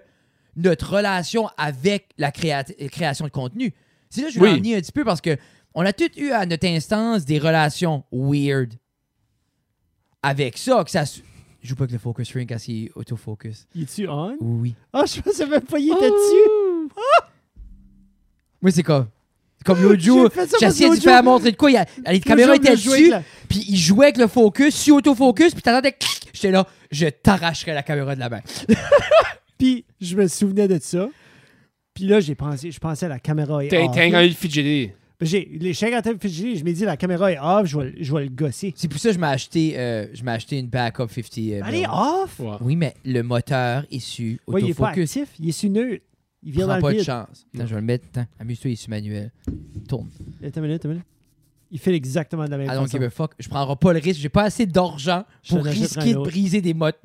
notre relation avec la créati- création de contenu. C'est là que je voulais Oui. en venir un petit peu parce que on a toutes eu à notre instance des relations weird avec ça. Que ça s- je joue pas avec le focus ring quand c'est autofocus. Il est-tu on? Oui, Oui. Ah, je pensais même pas, il était dessus. Moi, c'est comme. c'est Comme l'autre J'ai jour, fait ça parce que j'essayais de l'autre lui faire jour- montrer de quoi. Il y a, les Le caméras jour, étaient il jouait avec dessus, la- puis il jouait avec le focus, sur autofocus, puis t'attendais. clic, J'étais là, je t'arracherai la caméra de la main. Puis je me souvenais de ça. Puis là, j'ai pensé, je pensais à la caméra est T'as off. t'as envie de fidgeter. J'ai les chèques à tête figée, je me dis la caméra est off, je vais, le- je vais le gosser. C'est pour ça que je m'ai acheté, euh, je m'ai acheté une backup 50. euh, Elle est million. off. Ouais. oui, mais le moteur est sur Ouais, il est pas autofocus. actif, il est sur neutre. Il Il vient dans prend le pas de vide. chance. Attends, je vais le mettre. Attends, Amuse-toi, il est sur manuel. Tourne. Attends une minute, attends une minute. Il fait exactement de la même I don't façon. give a fuck. Je prendrai pas le risque. J'ai pas assez d'argent Je pour t'en achèterai risquer un de autre. briser des mottes.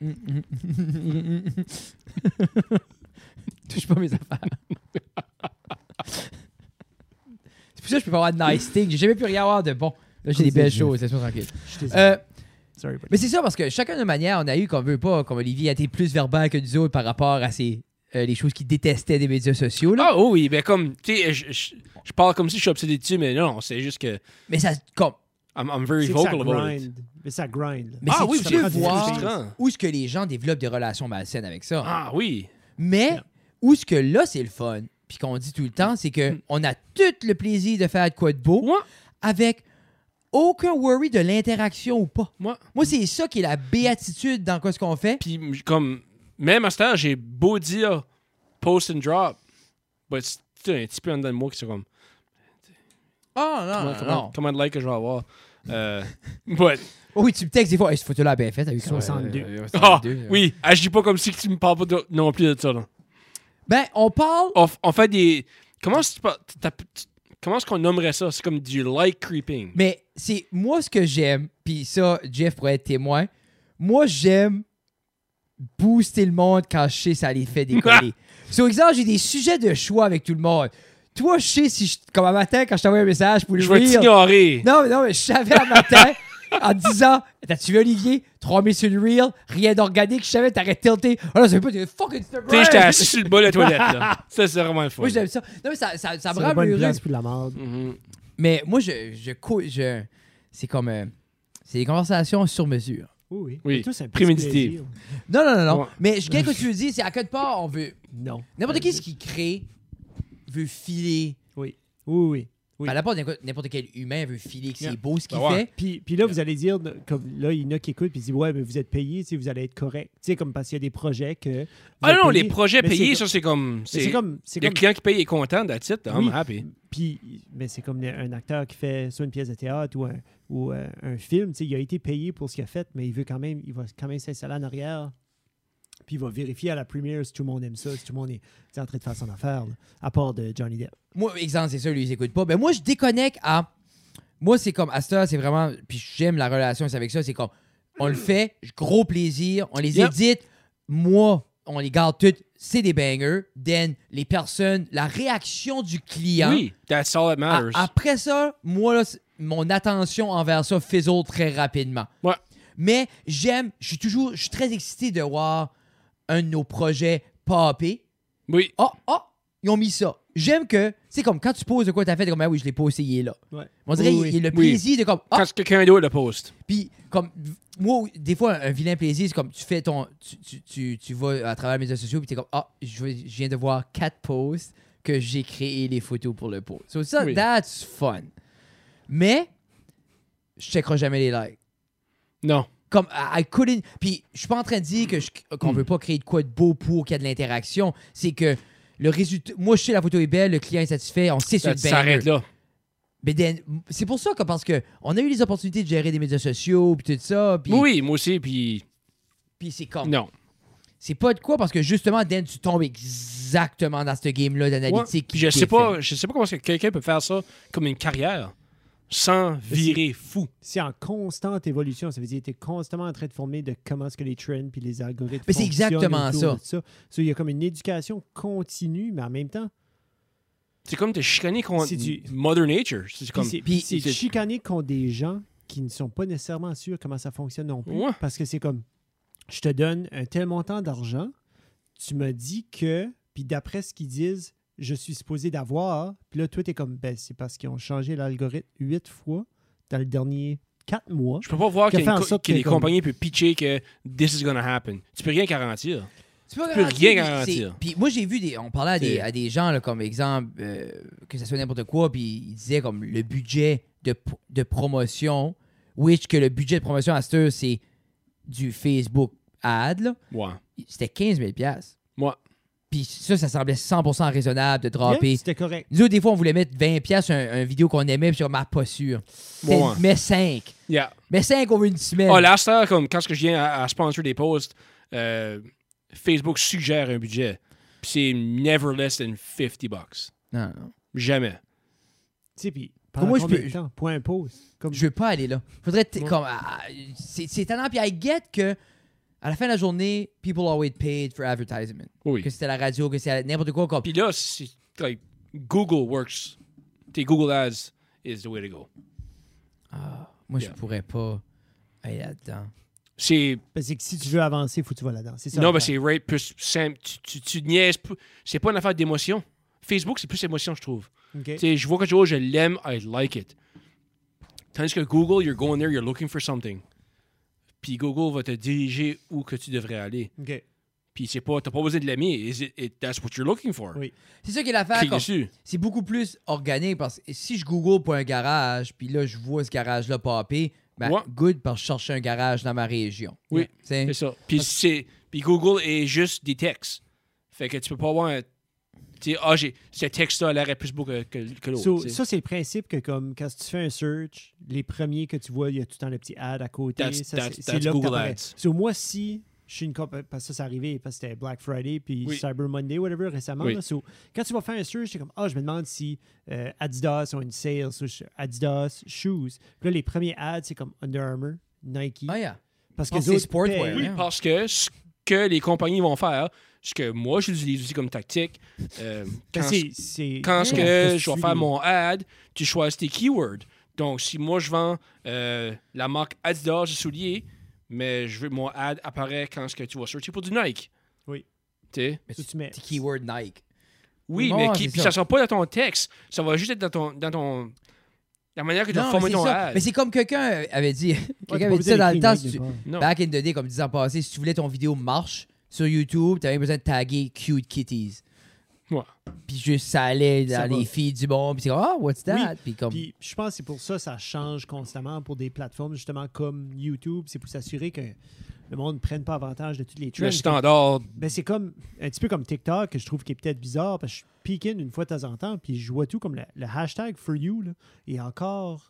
Mm, mm, mm, mm. Touche pas mes affaires. c'est pour ça que je peux pas avoir de nice things. J'ai jamais pu rien avoir de bon. Là, j'ai des belles choses. C'est tranquille. Je suis désolé. Euh, Sorry, buddy. mais c'est ça parce que chacun de manière, on a eu qu'on veut pas, comme Olivier a été plus verbal que nous autres par rapport à ses, euh, les choses qu'il détestait des médias sociaux. Là. Ah oh, oui, ben comme, tu sais, je, je, je parle comme si je suis obsédé dessus, mais non, c'est juste que Mais ça, comme, I'm, I'm very C'est que ça vocal about it. grind. Mais ça grind. là. mais Ah c'est oui, tu ça peux prend du voir frustrant. où est-ce que les gens développent des relations malsaines avec ça. Ah oui. Mais Yeah. où ce que là, c'est le fun, puis qu'on dit tout le temps, c'est que on a tout le plaisir de faire de quoi de beau Mm. Moi, avec aucun worry de l'interaction ou pas. moi, Moi, c'est ça qui est la béatitude dans quoi ce qu'on fait. puis m- comme, même à ce temps, j'ai beau dire post and drop, but c'est un petit peu en dedans de moi qui c'est comme, Ah non, comment, non, comment, non. comment de like que je vais avoir. Euh, but, Oh, oui, tu me textes des fois, Hey, cette photo-là a bien faite. t'as vu ça? 62. ah, hein. oui, agis pas comme si que tu me parles pas de- non plus de ça, là. Ben, on parle. on, f- on fait des. Comment est-ce que tu par- t'as- tu- comment est-ce qu'on nommerait ça? C'est comme du like creeping. Mais c'est moi ce que j'aime, puis ça, Jeff pourrait être témoin. Moi, j'aime booster le monde quand je sais ça les fait décoller. Sur exemple, j'ai des sujets de choix avec tout le monde. Toi, je sais si, je- comme un matin, quand je t'envoie un message pour le Je vais reel, t'ignorer. Non, mais non, mais je savais un matin, en disant, t'as-tu vu Olivier? 3000 sur le reel, rien d'organique, je savais, t'aurais tilté. Oh là, ça veut pas dire fucking Instagram. Tu sais, j'étais assis sur le bas de la toilette, là. Ça, c'est vraiment le fun. Moi, j'aime ça. Non, mais ça, ça, ça me C'est rend la bonne heureux. place pour de la merde. Mhm. Mais moi, je, je, cou- je- c'est comme, euh, c'est des conversations sur mesure. Oui, oui. Oui, C'est tous un petit prémédité. plaisir. Non, non, non, non. Ouais. Mais je gagne ce que tu veux dire, c'est à quelque part, on veut. Non. N'importe qui ce qui crée veut filer. Ben, Oui, oui, oui. Oui. Enfin, n'importe- n'importe quel humain veut filer que c'est Yeah. beau ce qu'il Ben ouais. fait. Puis, puis là, vous allez dire, comme là, il y en a qui écoutent, puis ils disent, ouais, mais vous êtes payé, vous allez être correct. Tu sais, comme parce qu'il y a des projets que. vous Ah êtes non, payés. les projets Mais c'est payés, co- ça, c'est comme. mais C'est C'est comme. C'est Le comme. client qui paye est content, that's it. I'm Oui. happy. Puis, mais c'est comme un acteur qui fait soit une pièce de théâtre ou un, ou euh, un film, tu sais, il a été payé pour ce qu'il a fait, mais il veut quand même, il va quand même s'installer en arrière. Puis il va vérifier à la première si tout le monde aime ça, si tout le monde est tu sais, en train de faire son affaire, là, à part de Johnny Depp. Moi, exemple, c'est ça, lui, ils écoutent pas. Ben, moi, je déconnecte à. Moi, c'est comme, à ça, c'est vraiment. Puis j'aime la relation avec ça, c'est comme, on le fait, gros plaisir, on les Yeah. édite. Moi, on les garde toutes, c'est des bangers. Then, les personnes, la réaction du client. Oui, that's all that A- matters. après ça, moi, là, c- mon attention envers ça fizzle très rapidement. Ouais. Mais j'aime, je suis toujours, je suis très excité de voir un de nos projets popper. Oui, Oh, oh, ils ont mis ça. J'aime que, c'est comme quand tu poses de quoi t'as fait, t'es comme, ah oui, je l'ai pas essayé là. Ouais. On dirait, Oui, il, oui. il a le Oui. plaisir de comme, ah, quand c'est quelqu'un d'autre le poste. puis comme v- moi, des fois, un vilain plaisir, c'est comme tu fais ton. Tu, tu, tu, tu vas à travers les médias sociaux puis t'es comme Ah, je, vais- je viens de voir quatre posts que j'ai créé les photos pour le post. So ça, Oui. that's fun. Mais je checkerai jamais les likes. Non. Comme I I couldn't. Puis je suis pas en train de dire que je- qu'on Hmm. veut pas créer de quoi de beau pour qu'il y ait de l'interaction. C'est que le résultat. Moi, je sais la photo est belle, le client est satisfait, on sait sur Ça le ça s'arrête banger. là. Mais then, c'est pour ça que parce que on a eu les opportunités de gérer des médias sociaux puis Ah. tout ça. Puis Oui, moi aussi, puis puis c'est comme non. c'est pas de quoi parce que justement, Dan, tu tombes exactement dans ce game-là d'analytique. Puis qui je qui sais est pas, fait. je sais pas comment est-ce que quelqu'un peut faire ça comme une carrière sans virer fou. C'est en constante évolution. Ça veut dire que tu es constamment en train de former de comment est-ce que les trends puis les algorithmes Mais c'est fonctionnent exactement autour ça. de ça. So, il y a comme une éducation continue, mais en même temps, C'est comme t'es chicané contre C'est du- Mother Nature. C'est puis comme. c'est- Puis- c'est c'est- chicaner contre des gens qui ne sont pas nécessairement sûrs comment ça fonctionne non plus. Ouais. Parce que c'est comme, je te donne un tel montant d'argent, tu me dis que, puis d'après ce qu'ils disent, je suis supposé d'avoir, puis là, toi, t'es comme, ben, c'est parce qu'ils ont changé l'algorithme huit fois dans les derniers quatre mois. Je peux pas voir Qui a qu'il y a une fait en co- sorte que que les comme- compagnies peuvent pitcher que this is gonna happen. Tu peux rien garantir. Tu peux, peux garantir, rien mais garantir. c'est- Puis moi, j'ai vu des. On parlait à des, C'est- à des gens, là, comme exemple, euh, que ça soit n'importe quoi, puis ils disaient comme le budget de, p- de promotion, which que le budget de promotion à cette heure, c'est du Facebook ad, là, Ouais. c'était 15 000 Moi. Puis ça, ça semblait 100 raisonnable de dropper. Yeah, C'était correct. Nous autres, des fois, on voulait mettre 20 pièces sur un, un vidéo qu'on aimait, puis on m'a ah, pas sûr. Ouais. T'as- Mets 5. Yeah. Mets 5 over une semaine. Oh, là, ça, comme quand ce que je viens à, à sponsor des posts, euh, Facebook suggère un budget. Puis c'est never less than 50 bucks. Non, non. Jamais. Tu sais, puis pendant moi, je combien peux- de temps? Point pause. Comme, Je veux pas aller là. Faudrait. t- Ouais. comme, ah, c'est c'est étonnant. Puis I get que, à la fin de la journée, people always paid for advertisement. Oui. Que c'était la radio, que c'était n'importe quoi. Comme, Puis là, c'est like, Google works. Tes Google Ads is the way to go. Ah, moi, Yeah. je pourrais pas aller là-dedans. C'est Parce que si tu veux avancer, il faut que tu vas là-dedans. C'est ça. Non, mais l'affaire. c'est right, plus simple. Tu, tu, tu niaises. p- C'est pas une affaire d'émotion. Facebook, c'est plus émotion, je trouve. Ok. Tu sais, je vois quelque chose, je l'aime, I like it. Tandis que Google, you're going there, you're looking for something. Puis Google va te diriger où que tu devrais aller. Ok. Puis c'est pas, t'as pas besoin de l'aimer. Is it, it- that's what you're looking for. Oui. C'est ça qui est l'affaire. Clique comme- dessus. C'est beaucoup plus organique parce que si je Google pour un garage, puis là, je vois ce garage-là popper, ben, Ouais. good parce que je cherchais un garage dans ma région. Oui. Tu sais? C'est ça. Puis c'est, puis Google est juste des textes. Fait que tu peux pas avoir un. Tu sais, ah, j'ai, ce texte-là a l'air plus beau que, que, que l'autre. So, tu sais. ça, c'est le principe que, comme, quand tu fais un search, les premiers que tu vois, il y a tout le temps le petit ad à côté. That's- Ça, that's- c'est- that's c'est là que Google t'apparaît. Ads. So, moi, si je suis une compagnie, parce que ça, c'est arrivé, parce que c'était Black Friday, puis Oui. Cyber Monday, whatever, récemment. Oui. là. So, quand tu vas faire un search, c'est comme, ah, je me demande si euh, Adidas ont une sale, so, je- Adidas Shoes. Puis là, les premiers ads, c'est comme Under Armour, Nike. Ah, yeah. Parce Je que pense les que autres c'est sportwear, payent. hein? Oui, Yeah. parce que ce que les compagnies vont faire, ce que moi j'utilise aussi comme tactique, euh, quand, Parce que c'est- Ben, c'est- quand ce Yeah. que Parce je vais tu faire les- mon ad, tu choisis tes keywords. Donc, si moi je vends euh, la marque Adidas de souliers, mais je veux mon ad apparaît quand ce que tu vas searcher pour du Nike. Oui. Tu sais? Mais So, tu- tu mets- petit keyword Nike. Oui, Bon, mais qui, c'est puis ça. ça sera pas dans ton texte, ça va juste être dans ton, dans ton la manière que tu as mais formé c'est ton ça. ad. Mais c'est comme quelqu'un avait dit, Ouais, quelqu'un t'as avait pas dit besoin ça dans le d'écrire temps, Nike si tu- au départ. Non. back in the day, comme 10 ans passés, si tu voulais ton vidéo marche sur YouTube, t'avais besoin de taguer cute kitties. Ouais. Puis juste ça allait dans Ça va. les filles du monde, puis c'est comme, ah, what's that? Oui, Puis comme, Puis je pense que c'est pour ça ça change constamment pour des plateformes justement comme YouTube. C'est pour s'assurer que le monde ne prenne pas avantage de toutes les trends. Le standard. Ben, c'est comme un petit peu comme TikTok que je trouve qui est peut-être bizarre parce que je pique in une fois de temps en temps puis je vois tout comme le, le hashtag for you là, et encore.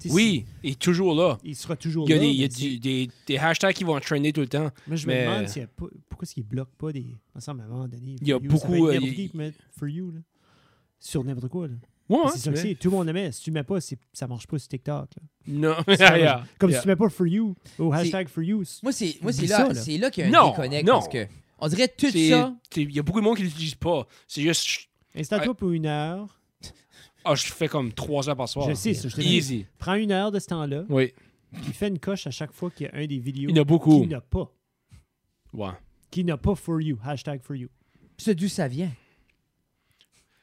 tu sais, Oui, est toujours là. c'est- Il sera toujours Il y a, là. des, il y a mais tu sais, du- des, des hashtags qui vont traîner tout le temps. moi, je mais- me demande s'il y a pas- pourquoi est-ce qu'ils bloquent pas des. Il me semble à un moment donné. Il y a for you, ça peut beaucoup, être euh, n'importe il- qui qui met for you là, sur n'importe quoi. là. Ouais, hein. c'est ça que mais- c'est. Tout le monde le met. Si tu ne mets pas, c'est- ça marche pas sur TikTok. là. Non, C'est Ah, la Yeah. raison. Ah Comme Yeah. si tu mets pas for you au hashtag for you. moi, c'est moi, c'est Oublie là, ça, là. c'est là qu'il y a un Non, déconnect. non. Parce que, on dirait tout C'est- ça, t'es- Il y a beaucoup de monde qui ne l'utilisent pas. C'est juste, je- Installe-toi pour une heure. ah, je fais comme trois heures par soir. Je sais, ça, je te dis. Easy. Prends une heure de ce temps-là, Oui, puis fais une coche à chaque fois qu'il y a un des vidéos il y en a qui beaucoup. n'a pas. Ouais. Qui n'a pas for you, hashtag for you. puis ça, d'où ça vient.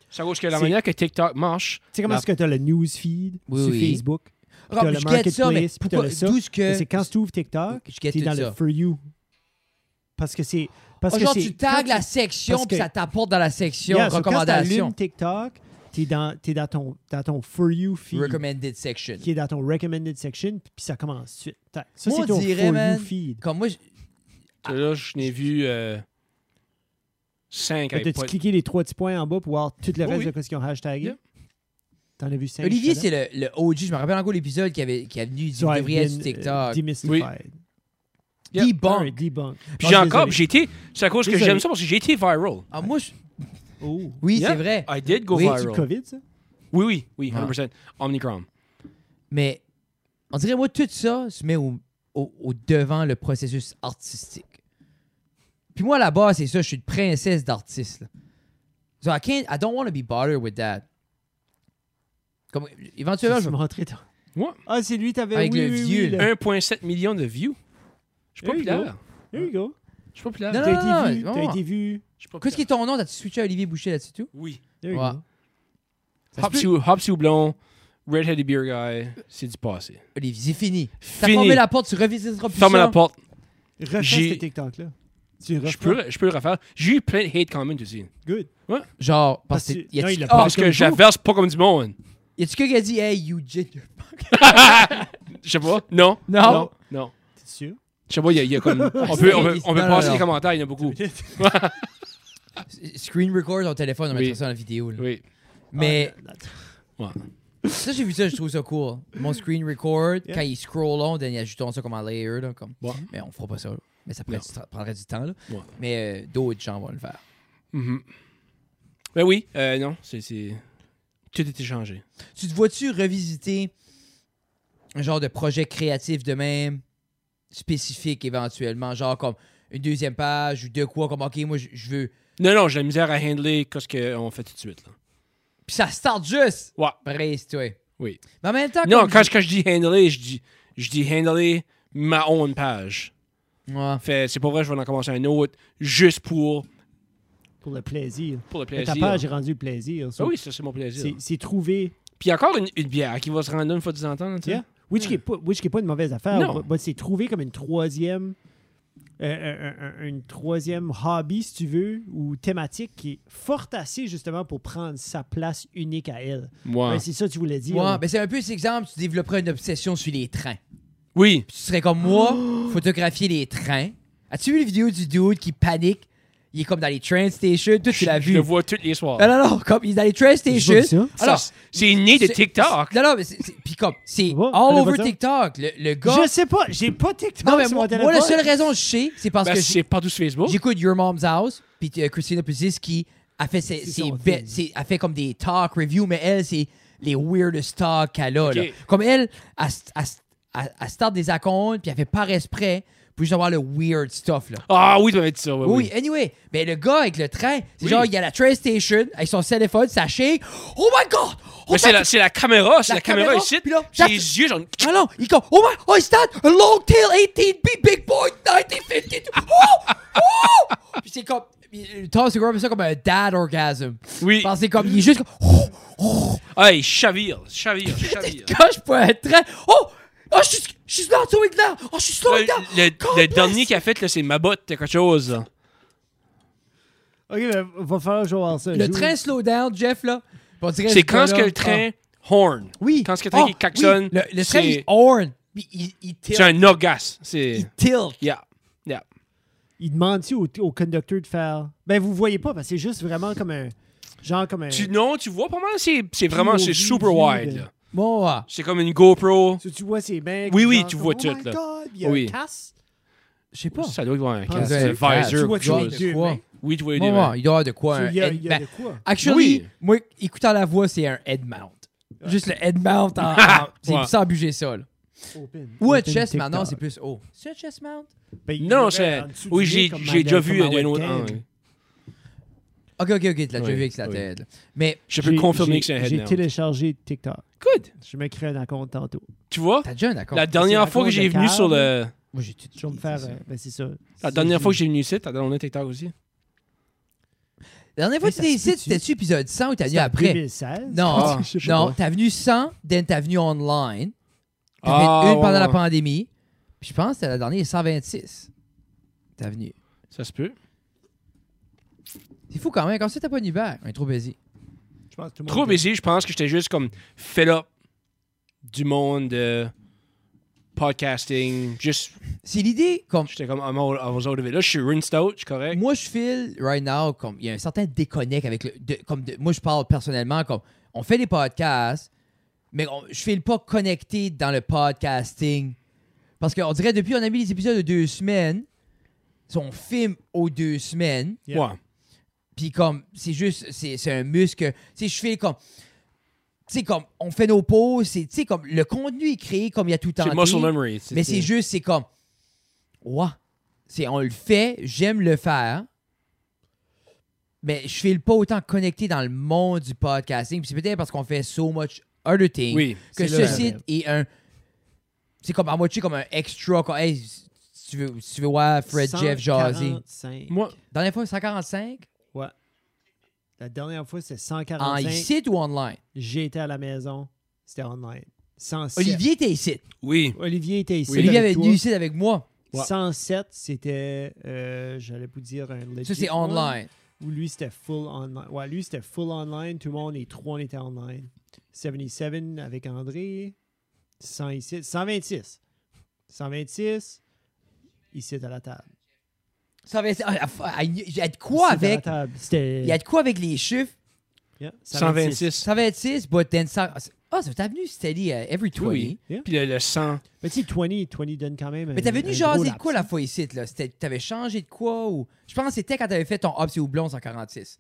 Ça cause que la C'est- manière que TikTok marche, Tu sais comment La- est-ce que tu as le newsfeed Oui, sur oui. Euh, Facebook? Ah, T'as le je guette ça, mais marketplace, puis t'as pourquoi, le ça. d'où ce que... C'est quand tu ouvres TikTok, Je tu guette es dans tout le ça. for you. Parce que c'est. Parce Ah, que genre, c'est- tu tagues quand la section, parce puis que- ça t'apporte dans la section Yeah, so quand recommandations. t'allumes TikTok, tu es dans, t'es dans, ton, dans ton for you feed. Recommended section. qui est dans ton recommended section, puis ça commence tout de suite. Tac. Ça, Moi, c'est on ton dirait, for man- you feed. Comme moi, je- ça, Ah. là, je n'ai vu euh, cinq T'as-tu iPods. cliqué les trois petits points en bas pour voir tout le Oui, reste oui. de ce qu'ils ont hashtagué? Yeah. T'en as vu cinq. Olivier, c'est le, euh, le OG. Je me rappelle encore l'épisode qui, avait, qui est venu, il dit, vous devriez être sur TikTok. Demystified. Yep. Debunk. Un debunk. Puis Ah, j'ai je suis encore, puis désolé. j'ai été. C'est à cause que Désolé. j'aime ça parce que j'ai été viral. Ah, moi, je- Oh. oui, Yeah, c'est vrai. I did go Oui, C'est du viral. COVID, ça? Oui, oui, oui, Ah. 100%. Omnicrom. Mais on dirait, moi, tout ça se met au, au- au devant le processus artistique. Puis moi, là-bas, c'est ça, je suis une princesse d'artiste. là. So I can't, I don't want to be bothered with that. Comme, éventuellement, je Tu vais- m'as montré, toi. Moi, Ah, c'est lui, t'avais... Avec oui, le oui, oui, vieux, le- là. 1,7 million de views. Je suis There you go. populaire. There you go. Je suis populaire. Non, T'as non, non, été vu. non, T'as non. été vu. Je suis populaire. Qu'est-ce qui est ton nom? T'as-tu switché à Olivier Boucher là-dessus tout? Oui. There you Ouais. go. Ça se Hopsy, Hopsy Houblon, Redheaded Beer Guy, c'est du passé. Olivier, c'est fini. T'as Fini. fermé la porte, tu revisiteras plus Ferme ça. la porte. Refais J'ai- ce TikTok-là. Tu refais. Je peux, je peux le refaire. J'ai eu plein de hate comments aussi. Good. Genre, parce Parce que... que- y a-tu- non, il l'a Ah, pas Parce comme que vous. j'averse pas comme du monde. Y a-tu quelqu'un qui a dit « Hey, Eugene, Je sais pas. Non. Non. Non. non. T'es sûr? Je sais pas, il y, a- il y a comme. On peut, on peut, on peut Non, non, passer non. les commentaires, il y en a beaucoup. Ah, screen record ton téléphone, on Oui. mettra ça dans la vidéo. là. Oui. Mais Ah, non, non. Ouais. ça, j'ai vu ça, je trouve ça cool. Mon screen record, Yeah. quand il scroll on, then, il ajoutons ça comme en layer. Là, comme. Ouais. Mais on fera pas ça. là. Mais ça prendrait, Non. du, tra- prendrait du temps. Là. Ouais. Mais euh, d'autres gens vont le faire. Mhm. Ben oui, euh, non, c'est. c'est- Tout était changé. Tu te vois-tu revisiter un genre de projet créatif de même, spécifique éventuellement, genre comme une deuxième page ou de quoi, comme OK, moi, je- je veux... Non, non, j'ai la misère à handler qu'est-ce qu'on fait tout de suite. Là. Puis ça start juste! Ouais. Brace, toi. Oui. Mais en même temps... Non, Ah, comme- quand, je- quand je dis handler, je dis, je dis handler ma own page. Ouais. Fait, c'est pas vrai, je vais en commencer un autre juste pour, Pour le plaisir. pour le Mais plaisir. Ta page est rendue plaisir. Ah so- oui, ça, c'est mon plaisir. C'est- C'est trouvé. Puis encore une, une bière qui va se rendre une fois de temps en temps. là, tu sais. Yeah. Which qui n'est pas, which qui est pas une mauvaise affaire. Non. Bah, bah, c'est trouvé comme une troisième. euh, un- un- un- une troisième hobby, si tu veux, ou thématique qui est forte assez justement pour prendre sa place unique à elle. Ouais. Ouais, c'est ça que tu voulais dire. Ouais, ben c'est un peu cet exemple, tu développerais une obsession sur les trains. Oui. Puis tu serais comme moi, photographier les trains. As-tu vu les vidéos du dude qui panique? Il est comme dans les train stations, tout, tu l'as Je vu. le vois tous les soirs. Non, non, non, comme il est dans les train J'ai pas vu stations. ça. Alors, Ça, c'est né de c'est- TikTok. Non, non, mais c'est. c'est- Puis comme, c'est Ouais, all fallait over pas dire. TikTok. Le, le gars. Je sais pas, j'ai pas TikTok non, mais sur moi, mon téléphone. moi, la seule raison que je sais, c'est parce Ben, que c'est j'ai- partout sur Facebook. j'écoute Your Mom's House, puis euh, Christina Puzis qui a fait, ses, C'est ses son bêtes- thing. ses- elle fait comme des talk reviews, mais elle, c'est les weirdest talk qu'elle a. Ok. là. Comme elle, elle, st- elle st- elle- elle start des accounts, puis elle fait par exprès pour juste avoir le weird stuff. Là. Ah oui, tu m'avais dit ça. Oui. Oui, oui. anyway, ben le gars avec le train, c'est Oui. genre, il y a la train station, avec son téléphone, ça shake. Oh my god! Oh Mais Ben, c'est my- la, c'est la caméra, c'est La la, caméra, caméra, ici. puis là, J'ai ça- les yeux, genre. Ah non, il comme, oh my, oh, it's that, a long tail 18B, big boy 1952. Oh! Oh! Puis c'est comme, il- Tom Segura appelle ça comme un dad orgasm. Oui. Parce que c'est comme, il est juste comme, oh! Hey, chavire, chavire, chavire. Quand je peux être très, oh! Oh, je suis, je suis slow slowing down! Oh, je suis slowing down! Le, le- God le bless. dernier qu'il a fait, là, c'est ma botte, quelque chose. là. Ok, ben, va falloir jouer ça. Le Joue. train slow down, Jeff, là. Puis on dirait C'est ce quand ce que gars-là, le train horn. ah, Oui. Quand ce que le train Ah, qui klaxonne, oui. Le, le train, c'est- il horn. Puis il, il tilt. C'est un orgasme. C'est. Il tilt. Yeah. Yeah. Il demande-tu au, au conducteur de faire. Ben, vous voyez pas, parce que c'est juste vraiment comme un. Genre comme un. Tu, non, tu vois pas mal, c'est c'est vraiment c'est POV, super wide. de- là. Bon, ouais. C'est comme une GoPro. Tu- tu vois ses mains. Oui, genre oui, tu comme, vois oh tout, my là. God, il y a Oui. un casse. Je sais pas. Ça doit avoir un Ah, casque, vous avez un le casque. visor, Tu vois quelque tu vois chose. les deux. mains. Oui, tu vois les deux. Bon, mains. ouais, il doit y avoir de quoi. un Il y a, head- il y a ben, de quoi. Actually, Oui. moi, écoutant la voix, c'est un head mount. Juste le head mount en. en- c'est Ouais. sans bugger ça, là. Open. Ou un Open chest mount. Non, TikTok. c'est plus haut. C'est un chest mount? Ben, il Non, l'aurait c'est. en dessous Oui, du j'ai nez, comme j'ai déjà ma- vu comme ma d'un autre webcam. angle. Ok, ok, ok. Tu l'as déjà Oui, vu avec la oui. tête. là. Mais Je peux J'ai- confirmer j'ai- que c'est un J'ai head mount. téléchargé TikTok. Good. Je me crée un compte tantôt. Tu vois, t'as déjà un accord. la dernière raconte fois que de j'ai venu sur le. Moi, j'ai tout Je vais me dit, faire. c'est ça. euh, ben, c'est ça. La dernière fois que j'ai venu ici, t'as donné un TikTok aussi. La dernière fois Mais que ça t'étais se ici, peut-tu? c'était-tu épisode 100 ou t'as venu après? 2016. Non, Ah, Je sais non, pas. t'as venu 100, then t'as venu online. T'as Ah, fait une ouais, pendant la ouais. pandémie. Puis je pense que c'était la dernière 126. T'as venu. Ça se peut. C'est fou quand même. Quand ça, t'as pas une Uber. On est trop busy. Je pense que tout le monde Trop était- baisé, je pense que j'étais juste comme fed up du monde de podcasting. Juste, C'est l'idée, comme j'étais comme, I'm all, I was out of it. Là, je suis rinsed out, je suis correct. Moi, je file right now, comme il y a un certain déconnect avec le. de- comme de- moi, je parle personnellement, comme on fait des podcasts, mais on- je file pas connecté dans le podcasting. Parce qu'on dirait, depuis, on a mis les épisodes de deux semaines. Son film aux deux semaines. Yeah. Ouais. Puis comme, c'est juste, c'est c'est un muscle. Tu sais, je fais comme. Tu sais, comme, on fait nos pauses. c'est- Tu sais, comme, le contenu est créé comme il y a tout le temps. C'est muscle memory. Mais c'est juste, c'est comme. Ouais. C'est, on le fait, j'aime le faire. Mais je file pas autant connecté dans le monde du podcasting. Puis c'est peut-être parce qu'on fait so much other things Oui. que C'est là, ce site est un. C'est comme à moitié comme un extra. Comme, hey, si tu veux, si tu veux voir Fred Jeff jaser. 145. Moi, Dernière fois, 145 Ouais. La dernière Ah, fois, c'était En 145. ici ou online J'ai été à la maison. C'était online. 107. Olivier était ici. oui. Olivier était ici. Olivier avec avait toi. venu ici avec moi. Ouais. 107, c'était, euh, j'allais vous dire, un legit Ça, c'est one, online. Ou lui, c'était full online. Ouais, lui, c'était full online. Tout le monde, les trois, on était online. 77 avec André. 106, 126. 126, ici à la table. Ça avait. ah, ah, Il y a de quoi Ici, à la avec. table. C'était. Il y a de quoi avec les chiffres Yeah, 126. 126. 126, but then 100. Ah, ça t'as venu steady uh, every 20. Oui. Yeah. Puis le, le 100. Mais tu sais, 20, 20 donne quand même. Mais t'avais venu genre jaser de quoi la fois ici, là? C'était- T'avais changé de quoi ou. Je pense que c'était quand t'avais fait ton Hobbs et Houblon 146.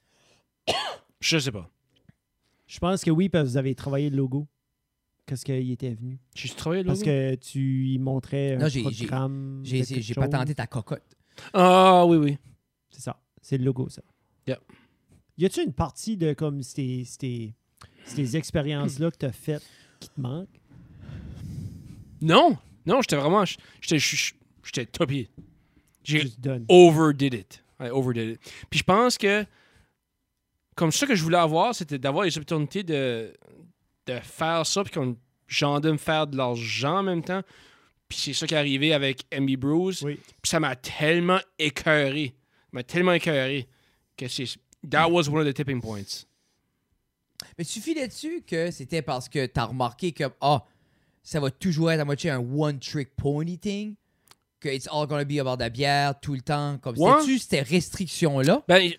Mm, Je sais pas. Je pense que oui, parce que vous avez travaillé le logo. Qu'est-ce qu'il était venu? J'ai travaillé là. Parce que tu y montrais Non, un j'ai- j'ai- programme. de J'ai j'ai- quelque j'ai chose. patenté ta cocotte. Ah oui, oui. C'est ça. C'est le logo, ça. Yep. Y a-tu une partie de comme ces, ces, ces expériences-là que t'as faites qui te manque? Non. Non, j'étais vraiment. J'étais j'étais topé. J'ai Juste donne. overdid it. I overdid it. Puis je pense que comme ça que je voulais avoir, c'était d'avoir les opportunités de, de faire ça, puis comme genre de me faire de l'argent en même temps. Puis c'est ça qui est arrivé avec MB Bruce. Oui. Puis ça m'a tellement écœuré. m'a tellement écœuré que c'est. That was one of the tipping points. Mais suffit là-dessus que c'était parce que t'as remarqué que, ah, ça va toujours être à moitié un one-trick pony thing, que it's all gonna be about la bière tout le temps. Comme Ouais. c'était-tu ces restrictions-là? Ben,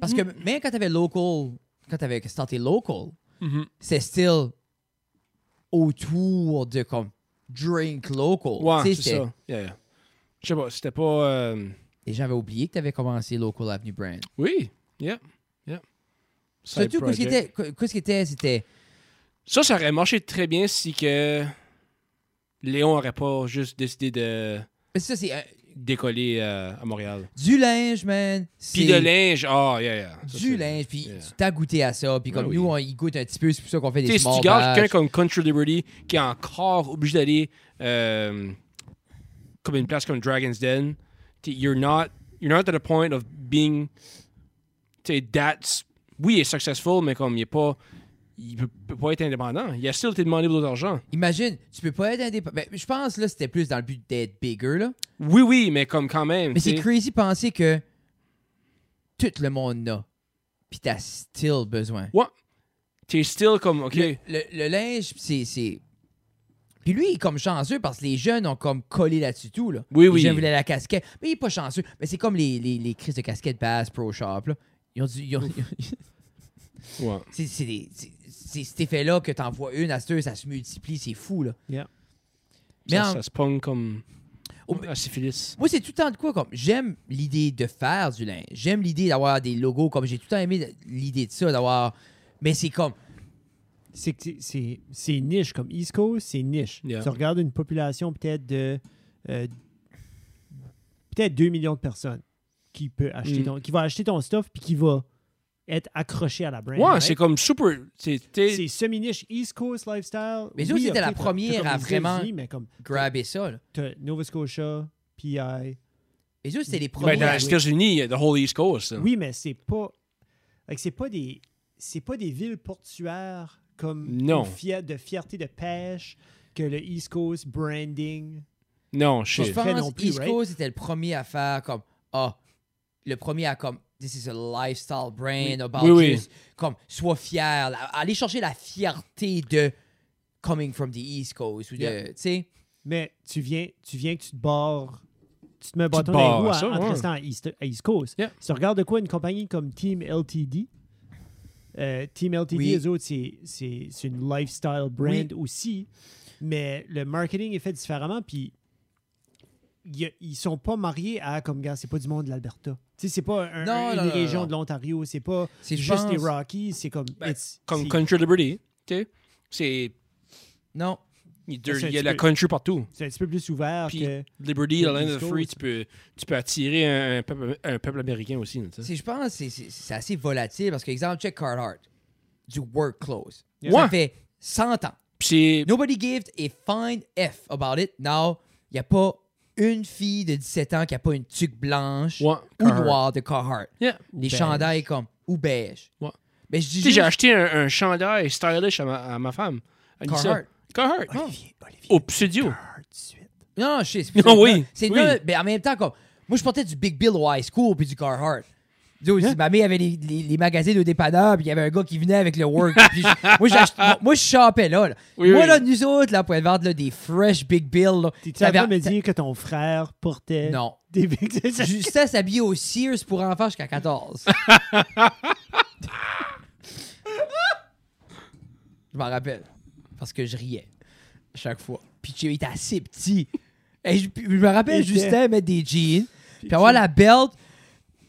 Parce que Mm-hmm. même quand t'avais local, quand t'avais starté local, mhm. c'est still autour de comme drink local. ouais, Tu sais, c'est c'était- ça. Yeah, yeah. Je sais pas, c'était pas. euh, Les gens avaient oublié que tu avais commencé Local Avenue Brand. Oui, yeah, yeah. Side Surtout, qu'est-ce qui project. était, qu'est- qu'est-ce qui était, c'était Ça, ça aurait marché très bien si que Léon aurait pas juste décidé de parce que ça, c'est euh, décoller euh, à Montréal. du linge, man. Puis C'est de linge, ah, yeah, yeah. Ça, Du c'est- linge, puis yeah. tu t'as goûté à ça, puis Ben comme oui. nous, on y goûte un petit peu, c'est pour ça qu'on fait Tu des sais, si small tu gardes quelqu'un batch. comme Country Liberty qui est encore obligé d'aller euh, comme une place comme Dragon's Den, t'es- you're not, you're not at the point of being. Tu sais, that's. Oui, il est successful, mais comme il est pas. Il peut, peut pas être indépendant. Il a still été demandé pour d'autres argent. Imagine, tu peux pas être indépendant. Ben, je pense, là, c'était plus dans le but d'être bigger, là. Oui, oui, mais comme quand même. Mais c'est tu sais. crazy de penser que tout le monde n'a, puis t'as still besoin. Ouais. T'es still comme, OK. Le, le linge, c'est. c'est- Puis lui, il est comme chanceux parce que les jeunes ont comme collé là-dessus tout. Là. Oui, les oui. jeunes voulaient la casquette. Mais il est pas chanceux. Mais c'est comme les, les, les crises de casquette basse Pro Shop. Là. Ils ont dû. ils ont- Ouais. c'est, c'est des- c'est- c'est cet effet-là que t'en vois une à deux, ça se multiplie, c'est fou. Là. Yeah. Mais ça, en- ça se pogne comme. Oh, la syphilis. moi, c'est tout le temps de quoi comme. J'aime l'idée de faire du linge. J'aime l'idée d'avoir des logos. Comme j'ai tout le temps aimé l'idée de ça, d'avoir. Mais c'est comme. C'est que c'est- c'est- c'est niche comme East Coast, c'est niche. Yeah. Tu regardes une population peut-être de euh, peut-être 2 millions de personnes qui peut acheter Mm. ton qui va acheter ton stuff puis qui va être accroché à la brand. Ouais, right? c'est comme super. C'est t'es- c'est semi-niche East Coast lifestyle. Mais eux, c'était ok, la t'as- t'as première comme à les vraiment- États-Unis, mais comme Grabber ça. Là. t'as Nova Scotia, PI, Et ça, c'était les ben, premiers. dans à- les États-Unis, the whole East Coast. là. Oui, mais c'est pas. fait que C'est pas des. C'est pas des villes portuaires comme Non. une fia- de fierté de pêche que le East Coast branding. Non, Puis shit. je Pas fait pense non que plus, East right? Coast était le premier à faire comme ah le premier à comme this is a lifestyle brand about Oui, oui. this. comme sois fier la- aller chercher la fierté de coming from the East Coast ou de Yeah. tu sais Mais tu viens, tu viens que tu te barres. Tu te mets un te bâton dans les barres roues à en- ça, en te ouais. restant à East, à East Coast. Yeah. Si tu regardes de quoi une compagnie comme Team LTD, euh, Team LTD, Oui. eux autres, c'est- c'est c'est une lifestyle brand aussi, mais le marketing est fait différemment. Puis y a- ils sont pas mariés à comme gars, c'est pas du monde de l'Alberta. Tu sais, c'est pas un, Non, un- non, une non, région non. de l'Ontario, c'est pas C'est juste je pense- les Rockies, c'est comme. Ben, it's- Comme c'est- Country Liberty, tu sais. C'est. Non. Il y a deux- C'est un il y a petit de la peu- country partout. c'est un petit peu plus ouvert Puis- que. Liberty, Le la Land of the East Free, Coast. tu peux, tu peux attirer un, un peuple, un peuple américain aussi. tu sais. C'est- Je pense que c'est- c'est c'est assez volatile parce que, exemple, check Carhartt, du work close. Yeah. Ça Ouais. fait 100 ans. Puis c'est. Nobody gave a fine F about it. Now, il n'y a pas une fille de 17 ans qui n'a pas une tuque blanche Ouais, ou Carhartt. noire de Carhartt. Yeah. Les beige. chandails comme ou beige. Ouais. Mais je dis Tu sais, j'ai juste acheté un, un chandail stylish à ma, à ma femme. Elle dit ça. Carhartt. Carhartt. oh, non. Olivier, Olivier, Au studio. Carhartt, tout de suite. Non, non, je sais. c'est- Non, oui, C'est oui. non, mais en même temps, comme. Moi, je portais du Big Bill au high school puis du Carhartt. Dude, Hein? si Ma mère avait les, les, les magazines de dépanneur, puis il y avait un gars qui venait avec le work. puis je- moi, j'ach- moi- moi, je chapais là. là. Oui, moi, oui. là, nous autres, là, pour être vendre là, des fresh Big Bill. là, T'es-tu en t'avais- train de me dire que ton frère portait Non. des big t'as- Justin s'habillait au Sears pour enfants jusqu'à 14. je m'en rappelle. Parce que je riais. à Chaque fois. Puis tu était assez petit. Et je, je me rappelle Il était- Justin mettre des jeans. Puis avoir la belt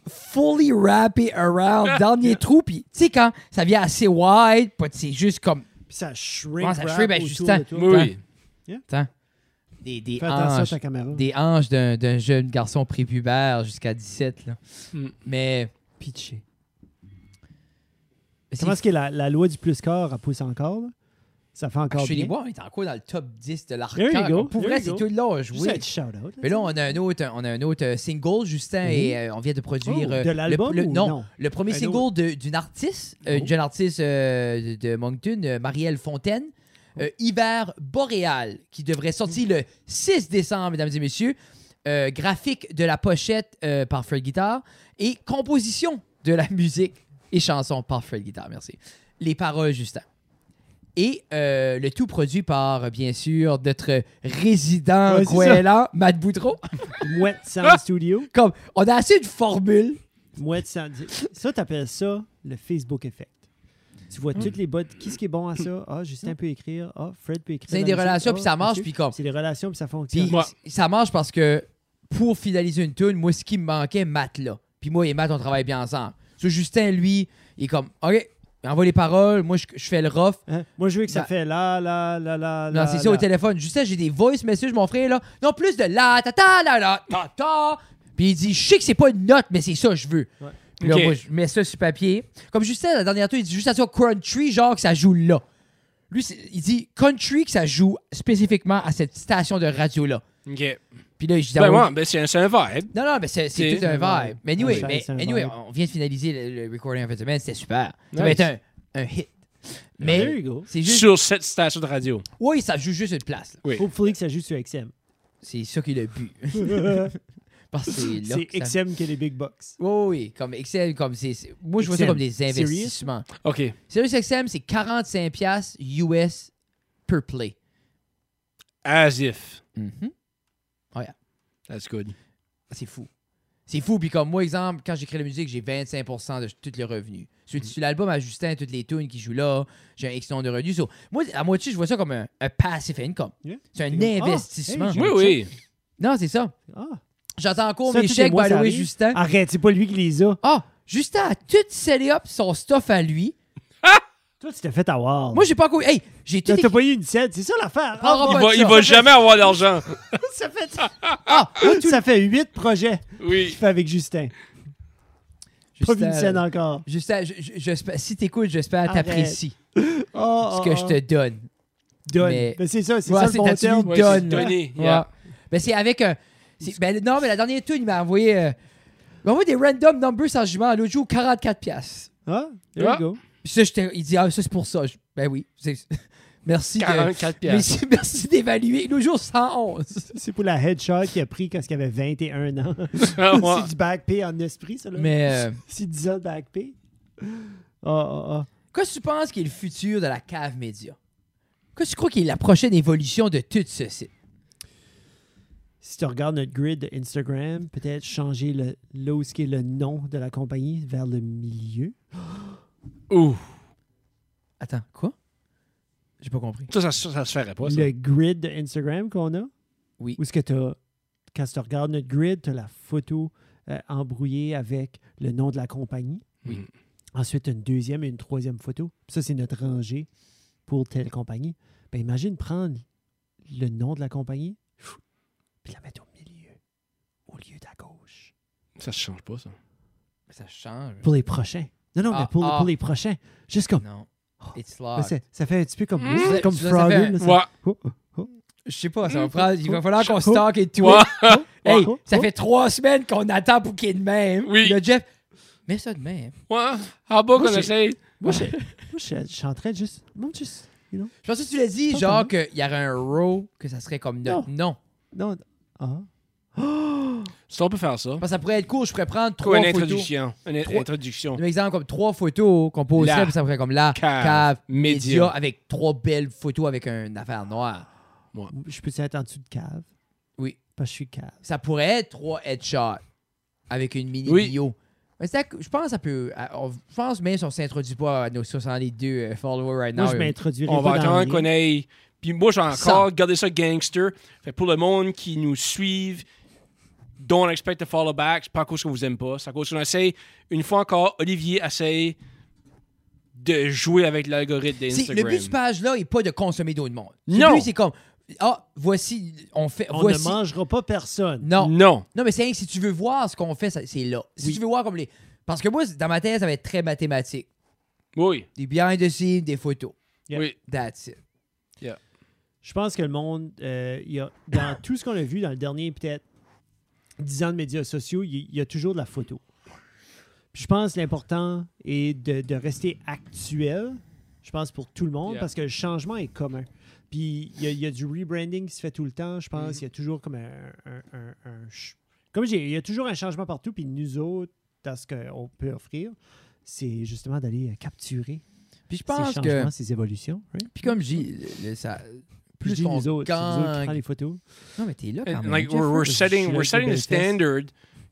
fully wrapped around, dernier trou. Puis tu sais, quand ça vient assez wide, pas- c'est juste comme. Puis ça shrink. Comment ça wrap shrink? Ben, autour Justin. de toi. Oui, oui. Attends. Des, des Fais attention à hanches. ta caméra. ah, Des hanches d'un d'un jeune garçon prépubère jusqu'à 17. Là. Hmm. Mais. Pitché. C'est Comment est-ce que la, la loi du plus corps, elle pousse encore? là? Ça fait encore Chez les bien. bois, on est encore dans le top 10 de There you l'arcade. go, Comme Pour there vrai, you c'est go. tout là à Juste jouer. un petit shout-out. Mais là, on a un autre, on a un autre euh, single, Justin, Mhm. et euh, on vient de produire. Oh, euh, de le- l'album le- ou non, non? le premier Un single de- d'une artiste, euh, Oh. une jeune artiste euh, de, de Moncton, euh, Marielle Fontaine, Oh. euh, Hiver Boréal, qui devrait sortir le 6 décembre, mesdames et messieurs. Euh, graphique de la pochette euh, par Fred Guitar et composition de la musique et chanson par Fred Guitar, merci. Les paroles, Justin. Et euh, le tout produit par, euh, bien sûr, notre résident Ouais, c'est coëlant, Matt Boutreau. Mouette Ah! Sound Studio. Comme, on a assez de formules. Mouette Sound. Ça, t'appelles ça le Facebook Effect. Tu Mm. vois toutes les bottes. Qu'est-ce qui est bon à ça? Ah, Justin peut écrire. Ah, Fred peut écrire. C'est la des musique. relations, Ah, puis ça marche, Mathieu. puis comme. C'est des relations, puis ça fonctionne. Puis Ouais. ça marche parce que pour finaliser une tune, moi, ce qui me manquait, Matt là. Puis moi et Matt, on travaille bien ensemble. So, Justin, lui, il est comme, OK, il envoie les paroles, moi, je, je fais le rough. Hein? Moi, je veux que ça Bah- fait là, là, là, là. Non, Ah là, c'est ça là. au téléphone. Justin, j'ai des voice messages, mon frère, là. Non, plus de la, ta, ta, la, la, ta, ta. Puis il dit, je sais que c'est pas une note, mais c'est ça que je veux. Ouais. Puis là, Ok. moi, je mets ça sur papier. Comme Justin, la dernière tour, il dit juste à ça country, genre que ça joue là. Lui, c'est- il dit country que ça joue spécifiquement à cette station de radio-là. Ok. Puis là, je dis, Ben, ah oui, ouais, ben, c'est un- c'est un vibe. Non, non, mais c'est c'est C'est- tout un vibe. Mais anyway, Ouais, mais, c'est un anyway, vibe. on vient de finaliser le, le recording en fin de semaine, c'était super. Ça va Nice. être un, un hit. There Mais you go. c'est juste. Sur cette station de radio. Oui, ça joue juste une place. là. Oui. Hopefully que ça joue sur XM. C'est ça qui est le but. Parce que c'est là. C'est que ça- XM qui est les big bucks. Oui, oui, oui, comme Excel, comme c'est. c'est- Moi, je vois ça XM. comme des Serious? investissements. Ok. Sirius XM, c'est 45$ piastres US per play. As if. Mhm. That's good. C'est fou. C'est fou. Puis comme moi, exemple, quand j'écris la musique, j'ai 25% de tous les revenus. Mm. Sur, sur l'album à Justin, toutes les tunes qui jouent là, j'ai un X nombre de revenus. So, moi, à moitié, je vois ça comme un, un passive income. Yeah. C'est un C'est comme, ah, investissement. hey, j'ai- Oui, oui. Non, c'est ça. Ah. J'attends encore Ça, mes tous les chèques, mois, by the ça way, arrive. Ah. Justin. Arrête, c'est pas lui qui les a. Ah, Justin a tout scellé up son stuff à lui. Toi, tu t'es fait avoir. Moi, j'ai pas encore. Hey, j'ai tout. T'as écrit- t'as pas eu une scène, c'est Oh, ça l'affaire. Ah, Prends Il pas va, de il ça. va jamais avoir d'argent. ça fait Ah, ça fait huit projets qu'il Oui. fait avec Justin. Pas vu Justin, euh, une scène encore. Justin, je- je- j'espère- si t'écoutes, j'espère Arrête. t'apprécies Oh, ce que je te donne. te donne. mais- Ben, c'est ça, c'est Ouais, ça le bon t'as-tu terme. eu Ouais, donne, c'est là. donné, Ouais. yeah. Ben, c'est avec un. c'est- ben, non, mais la dernière tune, il m'a envoyé. euh, il m'a envoyé des random numbers sans jugement. L'autre jour, 44$. piastres. Ah, there Ah. you go. Puis ça, j'étais- il dit, ah, ça, c'est pour ça. Je- ben oui. c'est- merci. de- 44 piastres. merci, merci d'évaluer. L'autre jour, 111. C'est pour la headshot qu'il a pris quand il avait 21 ans. Ah, ouais. c'est du back pay en esprit, ça. Là. Mais. euh, C'est 10 ans de back pay. Ah, ah, ah. Qu'est-ce que tu penses qui est le futur de la cave média? Qu'est-ce que tu crois qui est la prochaine évolution de tout ceci? Si tu regardes notre grid de Instagram, peut-être changer le, là où ce qui est le nom de la compagnie vers le milieu. Ouh. Attends, quoi? J'ai pas compris. Ça, ça, ça, ça se ferait pas, ça. le grid de Instagram qu'on a. Oui. Où est-ce que tu as Quand tu regardes notre grid, tu as la photo euh, embrouillée avec le nom de la compagnie. Oui. Ensuite, une deuxième et une troisième photo. Ça, c'est notre rangée pour telle compagnie. Ben, imagine prendre le nom de la compagnie puis la mettre au milieu, au lieu de la gauche. Ça se change pas, ça. Ça change. Pour les prochains. Non, non, Ah, mais pour, ah. pour les prochains. Juste comme. Non. Oh. It's Ben, locked. c'est- ça fait un petit peu comme, Ça- comme ça, ça Frogger, fait- là, ça- Ouais. Oh, oh, oh. Je sais pas, ça va prendre. Il va Oh, falloir qu'on oh, stocke et tout. Ouais. Hey, oh, ça oh. fait trois semaines qu'on attend pour qu'il y ait de même. Oui. Puis Le Jeff, mets ça de même. Ouais. How about Moi, qu'on j'ai- essaye? Moi, je, moi, je, je suis en train de juste. Non, juste. You know? Je pense que tu l'as dit, Pas genre qu'il y aurait un row, que ça serait comme notre nom. Non. Ah. Ça, on peut faire ça. Parce que ça pourrait être cool, je pourrais prendre Quoi, trois une photos. introduction. Une in- Trois- introduction. Un exemple comme trois photos qu'on poserait, La puis ça ferait comme la cave, cave, média. média. avec trois belles photos avec une affaire noire. Je peux être en dessous de cave. Oui. Parce que je suis cave. Ça pourrait être trois headshots avec une mini Oui. bio. Mais ça, je pense que ça peut. à- on- Je pense même si on s'introduit pas à nos 62 euh, followers right now. moi, je m'introduirai. On va pas dans attendre le qu'on lien. aille. Puis moi, j'ai Ça. encore gardé ça gangster. Fait pour le monde qui nous suivent, don't expect the follow back. C'est pas à cause qu'on vous aime pas. C'est à cause qu'on essaye. Une fois encore, Olivier essaye de jouer avec l'algorithme C'est- d'Instagram. Le but de cette page-là est pas de consommer d'autres monde. Non. Le but, c'est comme, ah, voici, on fait, On voici. ne mangera pas personne. Non. Non. Non, mais c'est rien que si tu veux voir ce qu'on fait, ça- c'est là. Si Oui. tu veux voir comme les. Parce que moi, c'est- dans ma thèse, ça va être très mathématique. Oui. Des behind the scenes, des photos. Yeah. Oui. That's it. Je pense que le monde, euh, il y a, dans tout ce qu'on a vu dans le dernier, peut-être, 10 ans de médias sociaux, il il y, a toujours de la photo. Puis je pense que l'important est de, de rester actuel, je pense, pour tout le monde, Yeah. parce que le changement est commun. Puis il y a, il y a du rebranding qui se fait tout le temps, je Mm-hmm. pense. Il y a toujours comme un. un- un- un ch- comme j'ai, il y a toujours un changement partout, puis nous autres, dans ce qu'on peut offrir, c'est justement d'aller capturer Puis je ces pense que. changements, ces évolutions. right? Puis comme je dis, le- le- ça. Plus Plus je dis qu'on nous autres, c'est nous autres qui gagne- prend les photos. Non, Ah, mais t'es là quand And, même. Euh, like, Jeff, we're, we're là. setting, we're je- setting the je- standard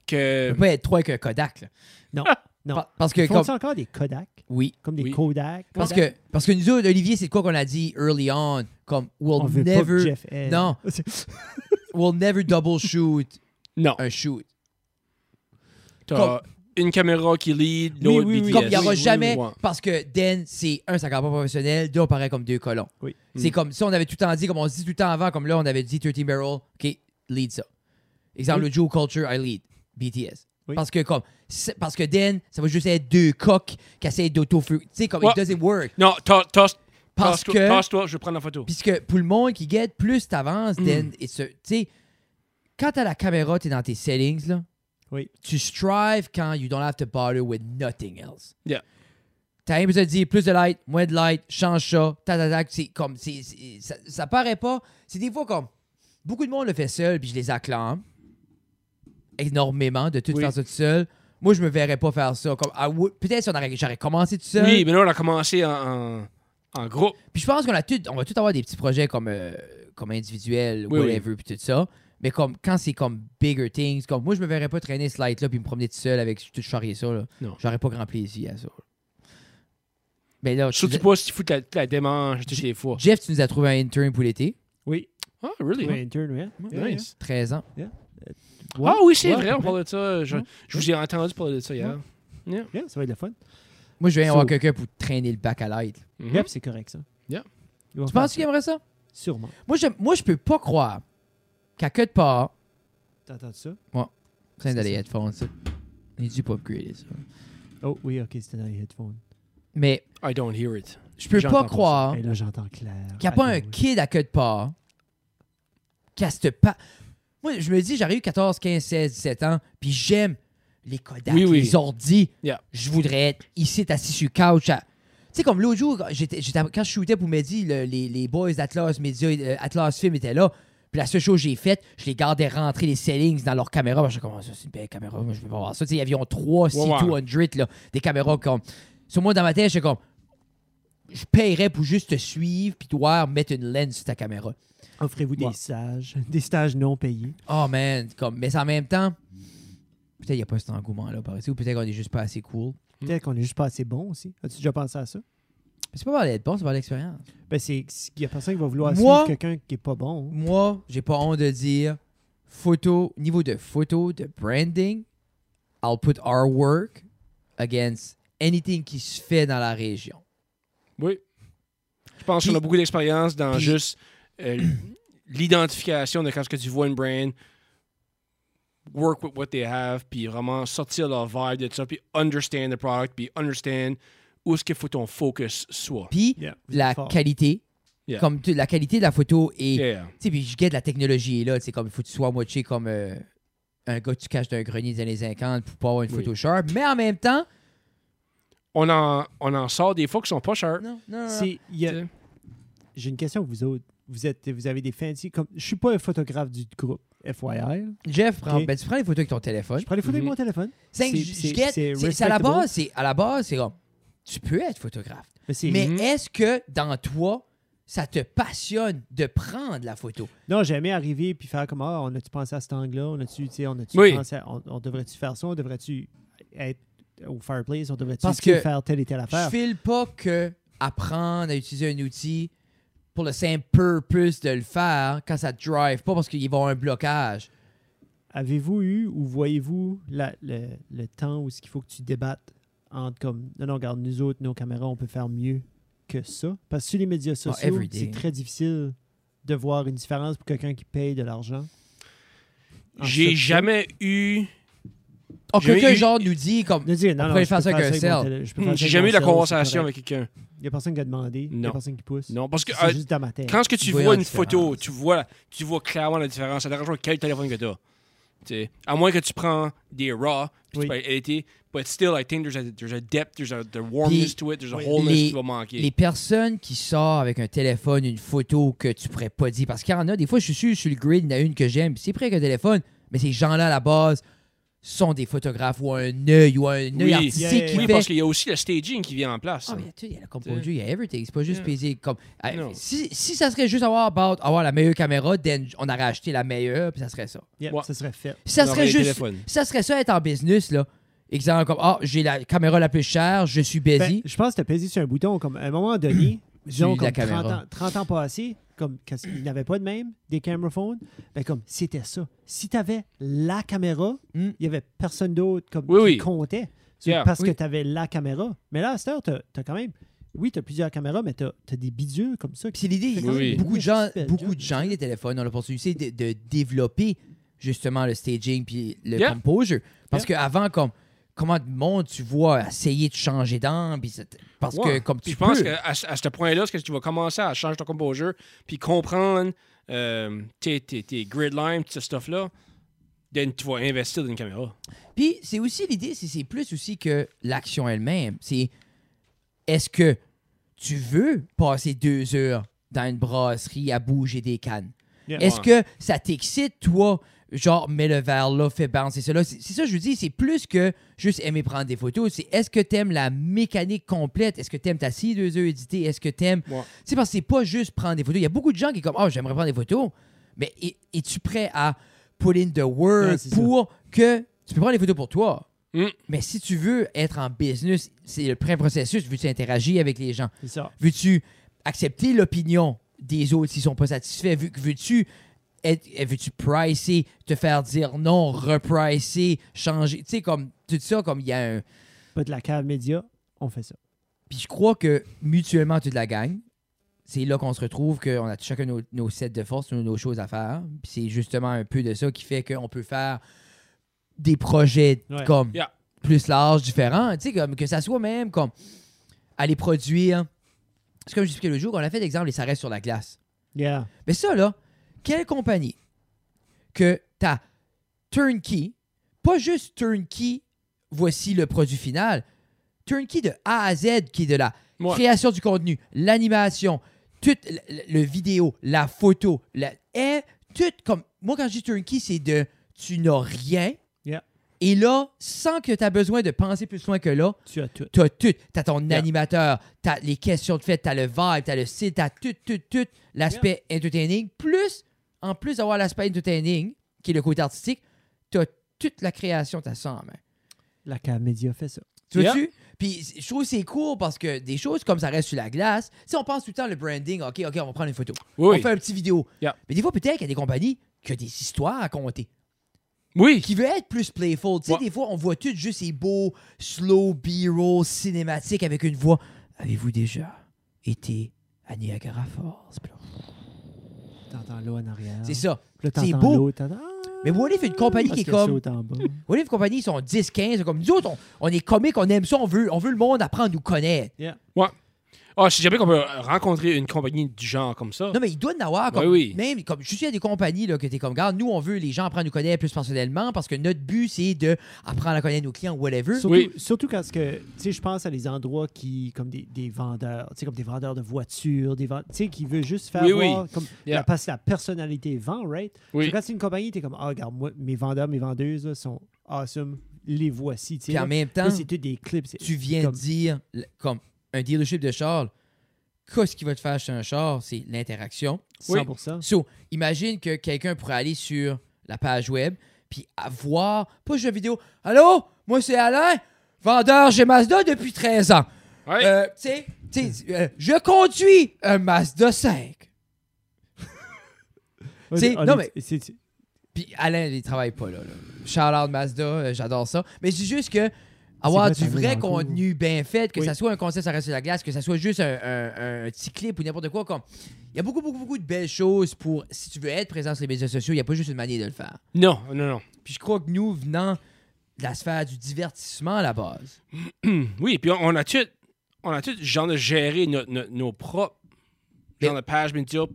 que. On peut pas être trois avec un Kodak. là. Non, Ah! non. Pa- Parce que. Ils font Comme... ça encore des Kodak, Oui. comme des Oui. Kodak. Parce Kodak. que, parce que nous autres, Olivier, c'est quoi qu'on a dit early on? Comme, we'll on veut pas que never. Jeff ait- Non. we'll never double shoot Non. un shoot. T'as une caméra qui lead, l'autre oui, oui. BTS. Comme il n'y aura Oui, jamais. Ouais. Parce que Dan, c'est un, ça campagne pas professionnel. Deux, on paraît comme deux colons. Oui. C'est Mm. comme ça, on avait tout le temps dit, comme on se dit tout le temps avant, comme là, on avait dit 13 Barrel, OK, lead ça. Exemple, Oui. le Joe Culture, I lead. BTS. Oui. Parce que comme c'est- parce que Dan, ça va juste être deux coqs qui essayent dauto Tu sais, comme Ouais. it doesn't work. Non, toss, toss, Parce toss-toi- que. toss-toi, je vais prendre la photo. Puisque pour le monde qui guette, plus Mm. t'avances, Dan, et ce- tu sais, quand t'as la caméra, t'es dans tes settings, là. Oui. Tu strive quand you don't have to bother with nothing else. Yeah. T'as rien besoin de dire plus de light, moins de light, change ça, ta ta ta, c'est comme, c'est- c'est- ça, ça paraît pas. C'est des fois comme, beaucoup de monde le fait seul, puis je les acclame énormément de tout Oui. faire ça tout seul. Moi, je me verrais pas faire ça. Comme, I would- peut-être si on aurait- j'aurais commencé tout seul. Oui, mais là, on a commencé en, en, en groupe. Puis je pense qu'on a tout, on va tout avoir des petits projets comme, euh, comme individuels, Oui, whatever, puis tout ça. Mais comme quand c'est comme bigger things, comme moi je me verrais pas traîner ce light là puis me promener tout seul avec tout charrier ça là. Non. J'aurais pas grand plaisir à ça. Mais là, Ah, tu Surtout nous pas si tu fous de la, de la démange de chez les fois. as- Jeff, tu nous as trouvé un intern pour l'été, Oui, Ah, really? oui, intern, oui. Ouais, Nice. 13 ans. Ouais. Ah oui, c'est Ouais. vrai, on parlait de ça. Je, Ouais. je vous ai entendu parler de ça hier. Yeah, ça va être le fun. Mhm. Moi je viens So- avoir quelqu'un pour traîner le bac à light. Mhm. Yep, c'est correct, ça. Yeah. Ils vont Tu faire penses ça, qu'il aimerait ça Sûrement. Moi je moi je peux pas croire qu'à quelque part, T'as entendu ça? train C'est d'aller ça. headphones ça. Il dit pas upgrader ça. Oh, oui, OK, c'était dans les headphones. Mais I don't hear it. je peux J'entends pas pas ça. croire Et là, j'entends clair. Ah. qu'il n'y a pas Ah, un oui. kid à queue de part qui a cette pa- Moi, je me dis, j'arrive 14, 15, 16, 17 ans, puis j'aime les Kodak, Oui, oui. les ordi. Yeah. Je voudrais être ici, assis sur le couch. à- Tu sais, comme l'autre jour, j'étais, j'étais- quand je shootais pour Mehdi, le- les, les boys d'Atlas Media, euh, Atlas Film étaient là. Puis la seule chose que j'ai faite, je les gardais rentrer les settings dans leur caméra. Parce que j'étais comme, Ah, ça, c'est une belle caméra, moi, je veux pas voir ça. Tu sais, il y avait trois Ouais, ouais. C200, là, des caméras comme. Sur moi, dans ma tête, j'étais comme, je paierais pour juste te suivre puis toi mettre une lens sur ta caméra. Offrez-vous Ouais. des stages, des stages non payés. Oh man, comme mais en même temps, peut-être il n'y a pas cet engouement là par ici ou peut-être qu'on est juste pas assez cool. Peut-être qu'on est juste pas assez bon aussi. As-tu déjà pensé à ça? Mais c'est pas par d'être bon, c'est par l'expérience. Ben, c'est qu'il y a personne qui va vouloir Moi- suivre quelqu'un qui est pas bon. Moi, j'ai pas honte de dire photo, niveau de photo, de branding, I'll put our work against anything qui se fait dans la région. Oui. Je pense Puis- qu'on a beaucoup d'expérience dans puis- juste euh, l'identification de quand ce que tu vois une brand, work with what they have, puis vraiment sortir leur vibe de ça, puis understand the product, puis understand où est-ce qu'il faut ton focus soit. Puis Yeah, vous êtes la fort. qualité, Yeah. comme tu- la qualité de la photo est Yeah. Tu sais, puis je guette la technologie est là. Tu sais, comme il faut que tu sois à moitié comme euh, un gars que tu caches d'un grenier des années 50 pour pas avoir une Oui. photo sharp. Mais en même temps, On en, on en sort des fois qui sont pas chers. non, non, non, non. C'est- il y a- T'sais. J'ai une question pour vous autres. Vous, êtes, vous avez des fancy. Comme, je suis pas un photographe du groupe, FYI. Jeff, prends- Ok. ben, tu prends les photos avec ton téléphone. Je prends les photos Mhm. avec mon téléphone. Cinq, c'est- je- je c'est- guette. c'est C'est c'est à la respectable. base, c'est à la base, c'est comme tu peux être photographe. Mais c'est- Mais Mhm. est-ce que dans toi, ça te passionne de prendre la photo? Non, jamais arriver puis faire comme Ah, on a-tu pensé à cet angle-là On a-tu, tu sais, on a-tu Oui. pensé à- On, on devrait-tu faire ça On devrait-tu être au fireplace On devrait-tu Parce tu sais, que faire telle et telle affaire Je file pas que apprendre à utiliser un outil pour le simple purpose de le faire quand ça te drive pas parce qu'il va y avoir un blocage. Avez-vous eu ou voyez-vous la- le, le temps où ce qu'il faut que tu débattes entre comme non, non, regarde, nous autres, nos caméras, on peut faire mieux que ça Parce que sur les médias sociaux, every day. c'est très difficile de voir une différence pour quelqu'un qui paye de l'argent. En J'ai subtil. jamais eu. Oh, J'ai quelqu'un eu- genre nous dit comme De dire, non, On non, pourrait je faire peux ça avec un avec mon sel. télé- je peux faire ça hmm, J'ai avec jamais eu mon la sel, c'est conversation correct. avec quelqu'un. Il n'y a personne qui a demandé. Il n'y Non. a personne qui pousse. Non, parce que C'est euh, juste dans ma tête. quand ce que tu Tu vois, vois la une photo, différence. tu vois, tu vois clairement la différence. Ça dérange pas quel téléphone que tu as. À moins que tu prends des raw, puis Oui. tu peux editer. But still, I think there's a, there's a depth, there's a the warmness Puis, to it, there's a oui. wholeness les- qui va manquer. les personnes qui sortent avec un téléphone une photo que tu pourrais pas dire parce qu'il y en a des fois je suis sûr sur le grid il y en a une que j'aime puis c'est près qu'un téléphone mais ces gens-là à la base sont des photographes ou un œil ou un œil Oui. artistique Yeah, yeah, qui yeah. oui, fait parce qu'il y a aussi le staging qui vient en place. Ah, hein. mais tu sais, il y a la composure, il y a everything. C'est pas juste Yeah. paisible. Comme, Ah, Non. si, si ça serait juste avoir, about- avoir la meilleure caméra, then on aurait acheté la meilleure, puis ça serait ça. Yep, Ouais. Ça serait fait. Si ça On serait aurait les juste. téléphones. si ça serait ça être en business, là. Exemple comme, ah, j'ai la caméra la plus chère, je suis busy. Ben, je pense que tu as pesé sur un bouton. Comme, à un moment donné, disons, Sur la comme 30 caméra. ans, 30 ans passés, comme quand il n'avait pas de même, des camera phones, ben comme c'était ça. Si tu avais la caméra, il Mm. n'y avait personne d'autre comme Oui, qui oui. comptait. C'est Yeah. Parce Oui. que tu avais la caméra. Mais là, à cette heure, tu as, quand même. Oui, tu as plusieurs caméras, mais tu as, des bidules comme ça. Puis qui- c'est l'idée. C'est quand même Oui. Beaucoup de une gens, espèce de beaucoup job. de gens avec des téléphones ont l'opportunité de, de développer justement le staging puis le Yeah. composure. Parce qu'avant, comme comment le monde tu vois essayer de changer d'angle, puis c'est- parce que Ouais. comme Puis tu je pense peux. qu'à à ce point-là, c'est que tu vas commencer à changer ton composure, puis comprendre euh, tes, tes, tes grid lines, tout ce stuff-là, then tu vas investir dans une caméra. Puis c'est aussi l'idée, c'est c'est plus aussi que l'action elle-même. C'est est-ce que tu veux passer deux heures dans une brasserie à bouger des cannes? Yeah. Est-ce que ça t'excite, toi? Genre, mets le verre là, fais bouncer cela. C'est c'est ça, je vous dis, c'est plus que juste aimer prendre des photos. C'est est-ce que t'aimes la mécanique complète? Est-ce que t'aimes ta scie deux œufs éditée? Est-ce que t'aimes. Ouais. Tu sais, parce que c'est pas juste prendre des photos. Il y a beaucoup de gens qui, comme, oh, j'aimerais prendre des photos. Mais e- es-tu prêt à put in the Ouais, work c'est ça. pour que. Tu peux prendre des photos pour toi. Mm. Mais si tu veux être en business, c'est le premier processus. Veux-tu interagir avec les gens? C'est ça. Veux-tu accepter l'opinion des autres s'ils sont pas satisfaits? Vu- Veux-tu être- euh, veux-tu pricer, te faire dire non, repricer, changer, tu sais comme tout ça comme il y a un Pas de la cave média, on fait ça. puis je crois que mutuellement toute la gang c'est là qu'on se retrouve qu'on a chacun nos, nos sets de force, nos, nos choses à faire. Puis c'est justement un peu de ça qui fait qu'on peut faire des projets Ouais. comme Yeah. plus larges, différents. Tu sais, comme que ça soit même comme aller produire. C'est comme j'expliquais le jour qu'on a fait l'exemple, les ça reste sur la glace. Yeah. Mais ça, là, quelle compagnie que ta turnkey, pas juste turnkey, voici le produit final, turnkey de A à Z qui est de la Ouais. création du contenu, l'animation, tout le, le vidéo, la photo, la, et tout comme. Moi, quand je dis turnkey, c'est de tu n'as rien. Yeah. Et là, sans que tu as besoin de penser plus loin que là, Tu as tout. T'as tout. T'as ton Yeah. animateur, t'as les questions de fait, t'as le vibe, t'as le site, t'as tout, tout, tout. L'aspect entertaining. Plus, en plus d'avoir l'aspect entertaining, qui est le côté artistique, t'as toute la création, t'as ça en main. La cave média fait ça. Tu vois-tu? Puis c- je trouve que c'est cool parce que des choses comme ça reste sur la glace. Si on pense tout le temps le branding, OK, OK, on va prendre une photo. Oui, On fait une petite vidéo. Yeah. Mais des fois, peut-être qu'il y a des compagnies qui a des histoires à conter, Oui. qui veut être plus playful. Tu sais, Ouais. des fois, on voit tout juste ces beaux slow B-roll cinématiques avec une voix. Avez-vous déjà été à Niagara Falls? Puis là, T'entends l'eau en arrière. C'est ça. Puis là, c'est t'entends beau. l'eau, t'entends- Ah, Mais What If est une compagnie Parce qui est que comme- ça saute en bas. Vous les compagnies, ils sont 10, 15. Comme nous autres, on, on est comiques, on aime ça, on veut, on veut le monde apprendre à nous connaître. Ah, si jamais qu'on peut rencontrer une compagnie du genre comme ça. Non, mais il doit en avoir. Comme, Ouais, oui. Même, comme, je suis sûr, il y a des compagnies là, que t'es comme, regarde, nous, on veut les gens apprendre à nous connaître plus personnellement parce que notre but, c'est d'apprendre à connaître nos clients, whatever. Surtout, Oui. surtout quand ce que, tu sais, je pense à des endroits qui, comme des, des vendeurs, tu sais, comme des vendeurs de voitures, des vend- tu sais, qui veut juste faire Oui, oui. voir, comme, Yeah. la, parce que la personnalité vend, right? Oui. So, quand c'est une compagnie, t'es comme, ah, regarde, moi, mes vendeurs, mes vendeuses là, sont awesome, les voici, tu sais. Puis en là. même temps, Là, c'est tout des clips. c'est- tu viens comme- dire, le- comme un dealership de Charles, qu'est-ce qui va te faire acheter un char? C'est l'interaction. Oui. 100%. So, imagine que quelqu'un pourrait aller sur la page web puis avoir, pas jeu vidéo, Allô, moi c'est Alain, vendeur chez Mazda depuis 13 ans. Ouais. Euh, tu sais, tu sais, euh, je conduis un Mazda 5. Ouais, sais, ah, non, les- c'est- c'est- Puis Alain, il travaille pas là. là. Shout out Mazda, euh, j'adore ça. Mais c'est juste que avoir vrai, du t'as mis vrai dans le coup. contenu bien fait, que Oui. ça soit un concept à reste de la glace, que ça soit juste un, un- un petit clip ou n'importe quoi, comme il y a beaucoup, beaucoup, beaucoup de belles choses pour si tu veux être présent sur les médias sociaux, il n'y a pas juste une manière de le faire. Non, non, non. Puis je crois que nous, venant de la sphère du divertissement à la base, Oui, puis on, on a tout, on a tout genre de gérer notre- notre- nos propres genre de pages médias.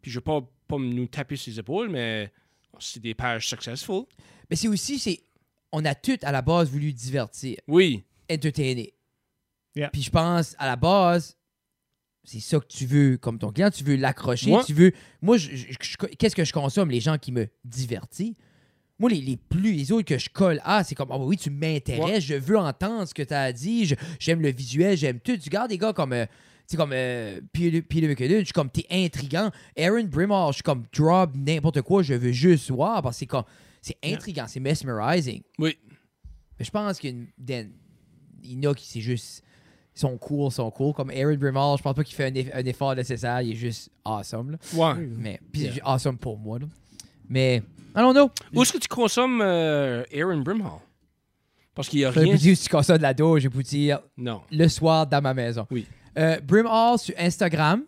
Puis je veux pas, pas nous taper sur les épaules, mais c'est des pages successful. mais c'est aussi, c'est on a toutes à la base voulu divertir, Oui, entertainer. Yeah. Puis je pense, à la base, c'est ça que tu veux comme ton client, tu veux l'accrocher, Ouais. tu veux... Moi, je- je- je- qu'est-ce que je consomme? Les gens qui me divertissent. Moi, les, les plus, les autres que je colle à, c'est comme, ah oui, tu m'intéresses, Ouais. je veux entendre ce que tu as dit, je- j'aime le visuel, j'aime tout. Tu regardes des gars comme, euh, tu sais, comme euh, Peter Peter McKinnon, je suis comme, t'es intriguant. Aaron Brimall, je suis comme, drop n'importe quoi, je veux juste voir, parce que c'est comme, c'est Yeah. intriguant, c'est mesmerizing. oui. Mais je pense qu'il y a une- d'en- il y en a qui c'est juste. Ils sont cool, ils sont cool. Comme Aaron Brimall, je pense pas qu'il fait un, eff- un effort nécessaire. Il est juste awesome. là. Ouais. oui, oui. Mais, puis Yeah. c'est awesome pour moi. là. Mais, I don't know. Où est-ce que tu consommes euh, Aaron Brimhall? Parce qu'il y a Je peux rien. dire si tu consommes de la dose, je peux dire Non. le soir dans ma maison. Oui. Euh, Brimall sur Instagram,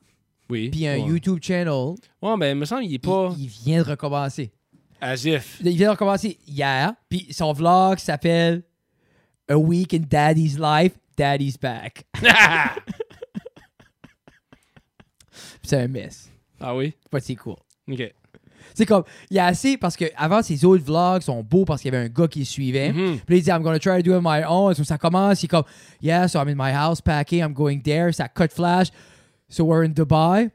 Oui. puis un ouais. YouTube channel. Ouais, mais il me semble qu'il est Il- pas Il, vient de recommencer. as if. Il vient de recommencer hier, puis son vlog s'appelle A Week in Daddy's Life, Daddy's Back. c'est un mess. ah oui? Pas si cool. OK. C'est comme, il y a assez parce que avant ses autres vlogs sont beaux parce qu'il y avait un gars qui le suivait. Mm-hmm. Mhm. Puis là, il dit, I'm gonna try to do it on my own. So, ça commence, il est comme, yeah, so I'm in my house packing, I'm going there. Ça cut flash. So we're in Dubai.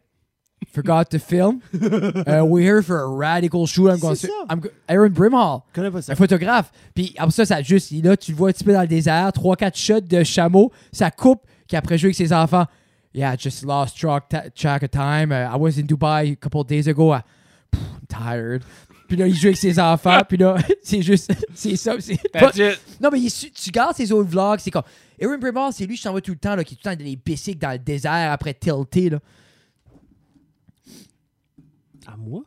Forgot to film. Uh, we're here for a radical shoot. I'm going C'est to. ça. I'm go- Aaron Brimhall, Je connais pas ça. un photographe. Puis après ça, ça juste, là, tu le vois un petit peu dans le désert, 3-4 shots de chameau, ça coupe, puis après, joue avec ses enfants. Yeah, I just lost track, ta- track of time. Uh, I was in Dubai a couple of days ago. I- Pff, I'm tired. Puis là, il joue avec ses enfants, puis là, c'est juste, c'est ça. c'est- That's it. non, mais il su- tu gardes ses autres vlogs, c'est comme. Erin Brimall, c'est lui, je t'en vois tout le temps, là, qui est tout le temps dans les bicycles dans le désert après tilté, là. À moi?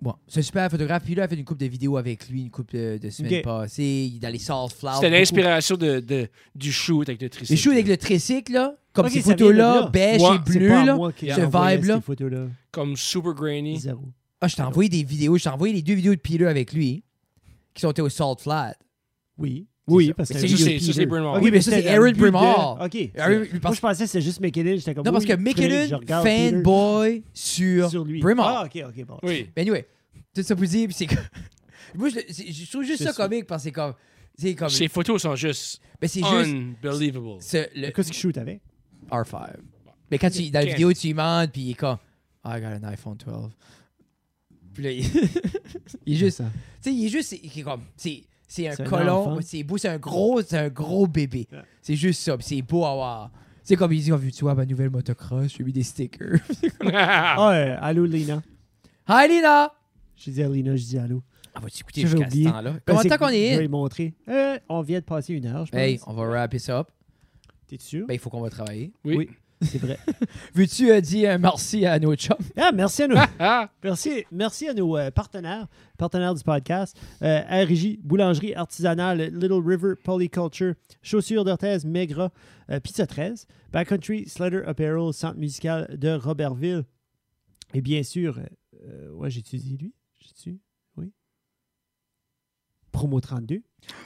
Bon, c'est un super photographe. Puis là, il a fait une coupe de vidéos avec lui, une coupe de, de semaines Ok. passées. Il est dans les sunflowers. C'était Ah, beaucoup. l'inspiration de, de- du shoot avec le tricycle. Les shoes avec le tricycle, là, comme Ok, ces ça vient de photos-là, là. beige Ouais. et C'est bleu, pas à là. moi qui ce envoyais vibe-là. Ces photos-là, Comme super grainy. zéro. Ah, je t'ai envoyé des vidéos, je t'ai envoyé les deux vidéos de Peter avec lui, qui sont au Salt Flat. Oui. C'est Oui, ça. parce que Mais ça, c'est- ça, c'est Brimall. Ok, Oui, mais ça, c'était c'est dans Aaron le but Brimall. de- Ok. Aaron- Moi, Ah parce- je pensais que c'était juste McKinnon. J'étais comme. Non, parce oui, que je connais, je McKinnon, regarde Peter fanboy sur, sur lui. Brimall. Ah, ok, ok. Bon. Oui. Mais anyway, tout ça pour dire, puis c'est que. Moi, je, le- c'est- je trouve juste C'est ça ça. comique parce que c'est comme. C'est comme. Ces photos sont juste Mais Ah, c'est juste. unbelievable. ce- le Qu'est-ce qu'il shoot avec R5. Mais quand tu. Dans la Ok. vidéo, tu lui demandes, puis il est comme. I got an iPhone 12. Puis là, il- il est juste. ça. Tu sais, il est juste, c'est- il est comme, c'est, c'est un C'est un colon, enfant. c'est beau, c'est un gros, c'est un gros bébé. Yeah. C'est juste ça, puis c'est beau à voir. C'est comme ils disent, oh, vu-tu vois ma nouvelle motocross, j'ai mis des stickers. Ah, euh, allô, Lina. Hi Lina! Je dis à Lina, je dis allô. On va t'écouter J'avais jusqu'à ce oublié. temps-là. Comment Ben, tant c'est- qu'on Je vais est lui montrer. Euh, on vient de passer une heure, je pense. Hey, on va wrap it up. T'es sûr Ben, il faut qu'on va travailler. Oui. Oui. C'est vrai. Veux-tu euh, dire un merci à nos chums? Ah, merci à nos, Ah! merci, merci à nos euh, partenaires, partenaires du podcast. Euh, RJ, Boulangerie Artisanale, Little River Polyculture, Chaussures d'Orthèse, Maigra, euh, Pizza 13, Backcountry, Slater Apparel, Centre musical de Robertville. Et bien sûr, euh, euh, ouais, j'ai-tu dit lui? J'ai-tu? Oui. Promo 32.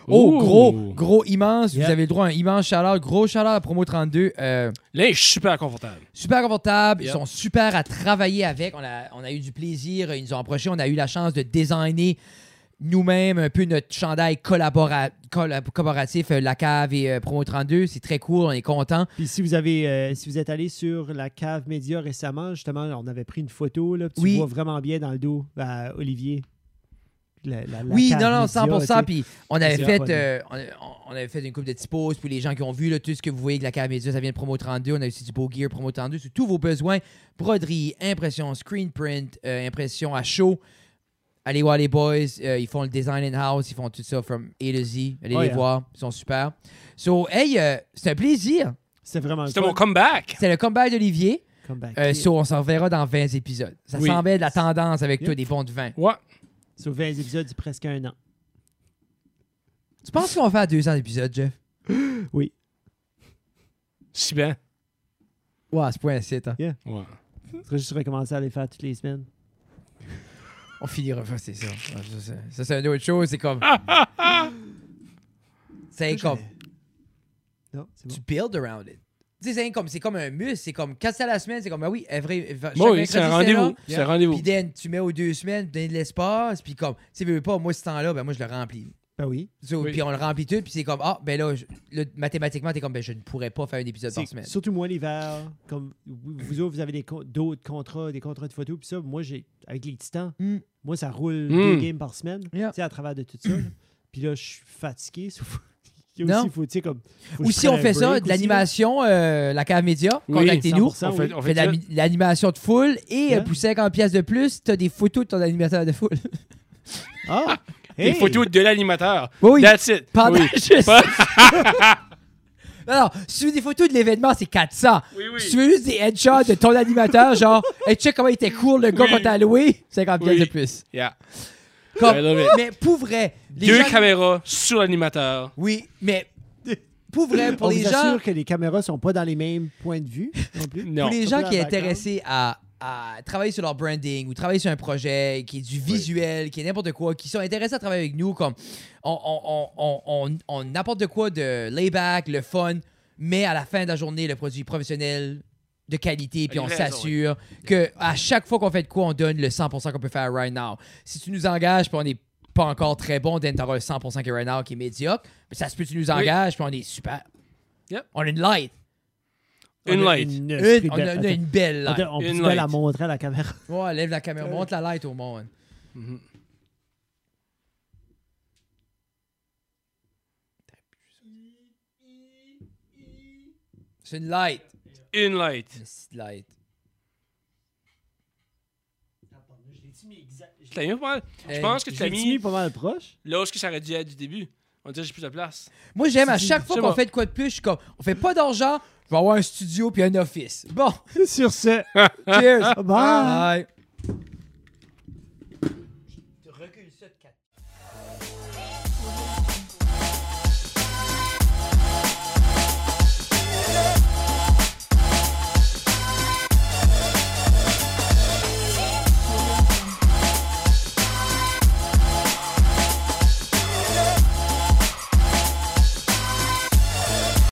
Oh, Ouh. gros, gros, immense. Yeah. Vous avez le droit à un immense chaleur, gros chaleur à Promo 32. euh, Là, je suis super confortable. super confortable. Ils Yeah. sont super à travailler avec. On a, on a eu du plaisir. Ils nous ont approchés. On a eu la chance de designer nous-mêmes un peu notre chandail collabora- collab- collaboratif, euh, La Cave et euh, Promo 32. C'est très cool. On est content. Puis si vous avez, euh, si vous êtes allé sur la cave média récemment, justement, on avait pris une photo là, puis tu Oui. vois vraiment bien dans le dos à Olivier. la- la- la oui, cave non, non, média, 100%. tu sais. Puis on avait C'est fait, fun. euh, on, on avait fait une coupe de petits posts. Puis les gens qui ont vu là, tout ce que vous voyez de la cave média, ça vient de Promo 32. On a aussi du beau gear Promo 32 sur tous vos besoins broderie, impression, screen print, euh, impression à chaud. Allez voir les boys, euh, ils font le design in-house, ils font tout ça from A to Z. Allez Oh, les yeah. voir, ils sont super. So, hey, euh, c'est un plaisir. C'est vraiment le C'était fun. mon comeback! C'est le comeback d'Olivier. comeback. Euh, so, on s'en reverra dans 20 épisodes. Ça Oui. semblait de la tendance avec Yeah. toi, des bons de vin. Ouais. Sur 20 épisodes, c'est presque un an. Tu penses qu'on va faire 200 épisodes, Jeff? Si bien. Ouais, c'est pas un site, hein. Ouais. Je serais juste recommencer à les faire toutes les semaines. On finira pas, c'est ça. Ah, ça, ça. Ça, c'est une autre chose. C'est comme. c'est comme. Non, c'est bon. Tu build around it. Tu sais, c'est comme, c'est comme un muscle. C'est comme, quand c'est à la semaine, c'est comme, ah oui, vrai, chaque Bon, oui, mercredi, c'est un c'était là. rendez-vous. C'est un rendez-vous. Puis then, tu mets aux deux semaines, donner de l'espace. Puis comme, tu sais, veux, veux pas, moi, ce temps-là, ben moi, je le remplis. Ben oui. So, Oui. Puis on le remplit tout. Puis c'est comme, ah, ben là, je- là, mathématiquement, t'es comme, ben je ne pourrais pas faire un épisode par C'est- semaine. Surtout moi l'hiver, comme vous vous autres, vous avez des co- d'autres contrats, des contrats de photos, puis ça, moi j'ai avec les titans, Mm. moi ça roule Mm. deux games par semaine, Yeah. tu sais, à travers de tout ça. là. puis là, je suis fatigué. so- Il y a Non. aussi, faut, tu sais, comme, faut que Ou je si prenne on un fait ça, break de aussi, là. l'animation, euh, la cave média, Oui, contactez-nous. 100%, oui. Fait de ça. l'ami- l'animation de foule et euh, Ouais. pour 50 pièces de plus, t'as des photos de ton animateur de foule. Ah! Des hey! photos de l'animateur. Oui, oui. That's it. Pendant Oui. juste. Pas- non, non, si tu veux des photos de l'événement, c'est 400. Oui, oui. Si tu veux juste des headshots de ton animateur, genre, hey, check comment il était cool, le gars Oui. qu'on t'a loué, 50 pièces Oui. de plus. Yeah. Comme- I love it. mais pour vrai, les Deux gens- caméras sur l'animateur. Oui, mais pour vrai, pour on les vous gens. assure que les caméras sont pas dans les mêmes points de vue non plus. Non. Pour les Surtout gens dans qui sont la background. intéressés à, à travailler sur leur branding ou travailler sur un projet qui est du visuel, qui est n'importe quoi, qui sont intéressés à travailler avec nous, comme on, on, on, on, on apporte de quoi de layback, le fun, mais à la fin de la journée, le produit professionnel de qualité, puis Il a on raison, s'assure que à chaque fois qu'on fait de quoi, on donne le 100% qu'on peut faire right now. Si tu nous engages, puis on n'est pas encore très bon, then t'auras un 100% qui est right now, qui est médiocre, mais ça se peut que tu nous engages, puis on est super. Yep. on a une light. Une On a light. une- Une- on a on a une belle On light. peut- On peut Une pas la light. montrer à la caméra. Ouais, lève la caméra, montre la light au monde. Mhm. C'est une light. Une light. Une petite light. Je l'ai mis pas mal. Je Hey, pense que tu Je l'as l'ai mis mis pas mal proche. là où ce que ça aurait dû être du début. On dirait que j'ai plus de place. Moi, j'aime à C'est- chaque fois c'est qu'on bon. fait de quoi de plus, je suis comme, on fait pas d'argent, je vais avoir un studio puis un office. Bon, Sur ce, cheers. Bye. Bye.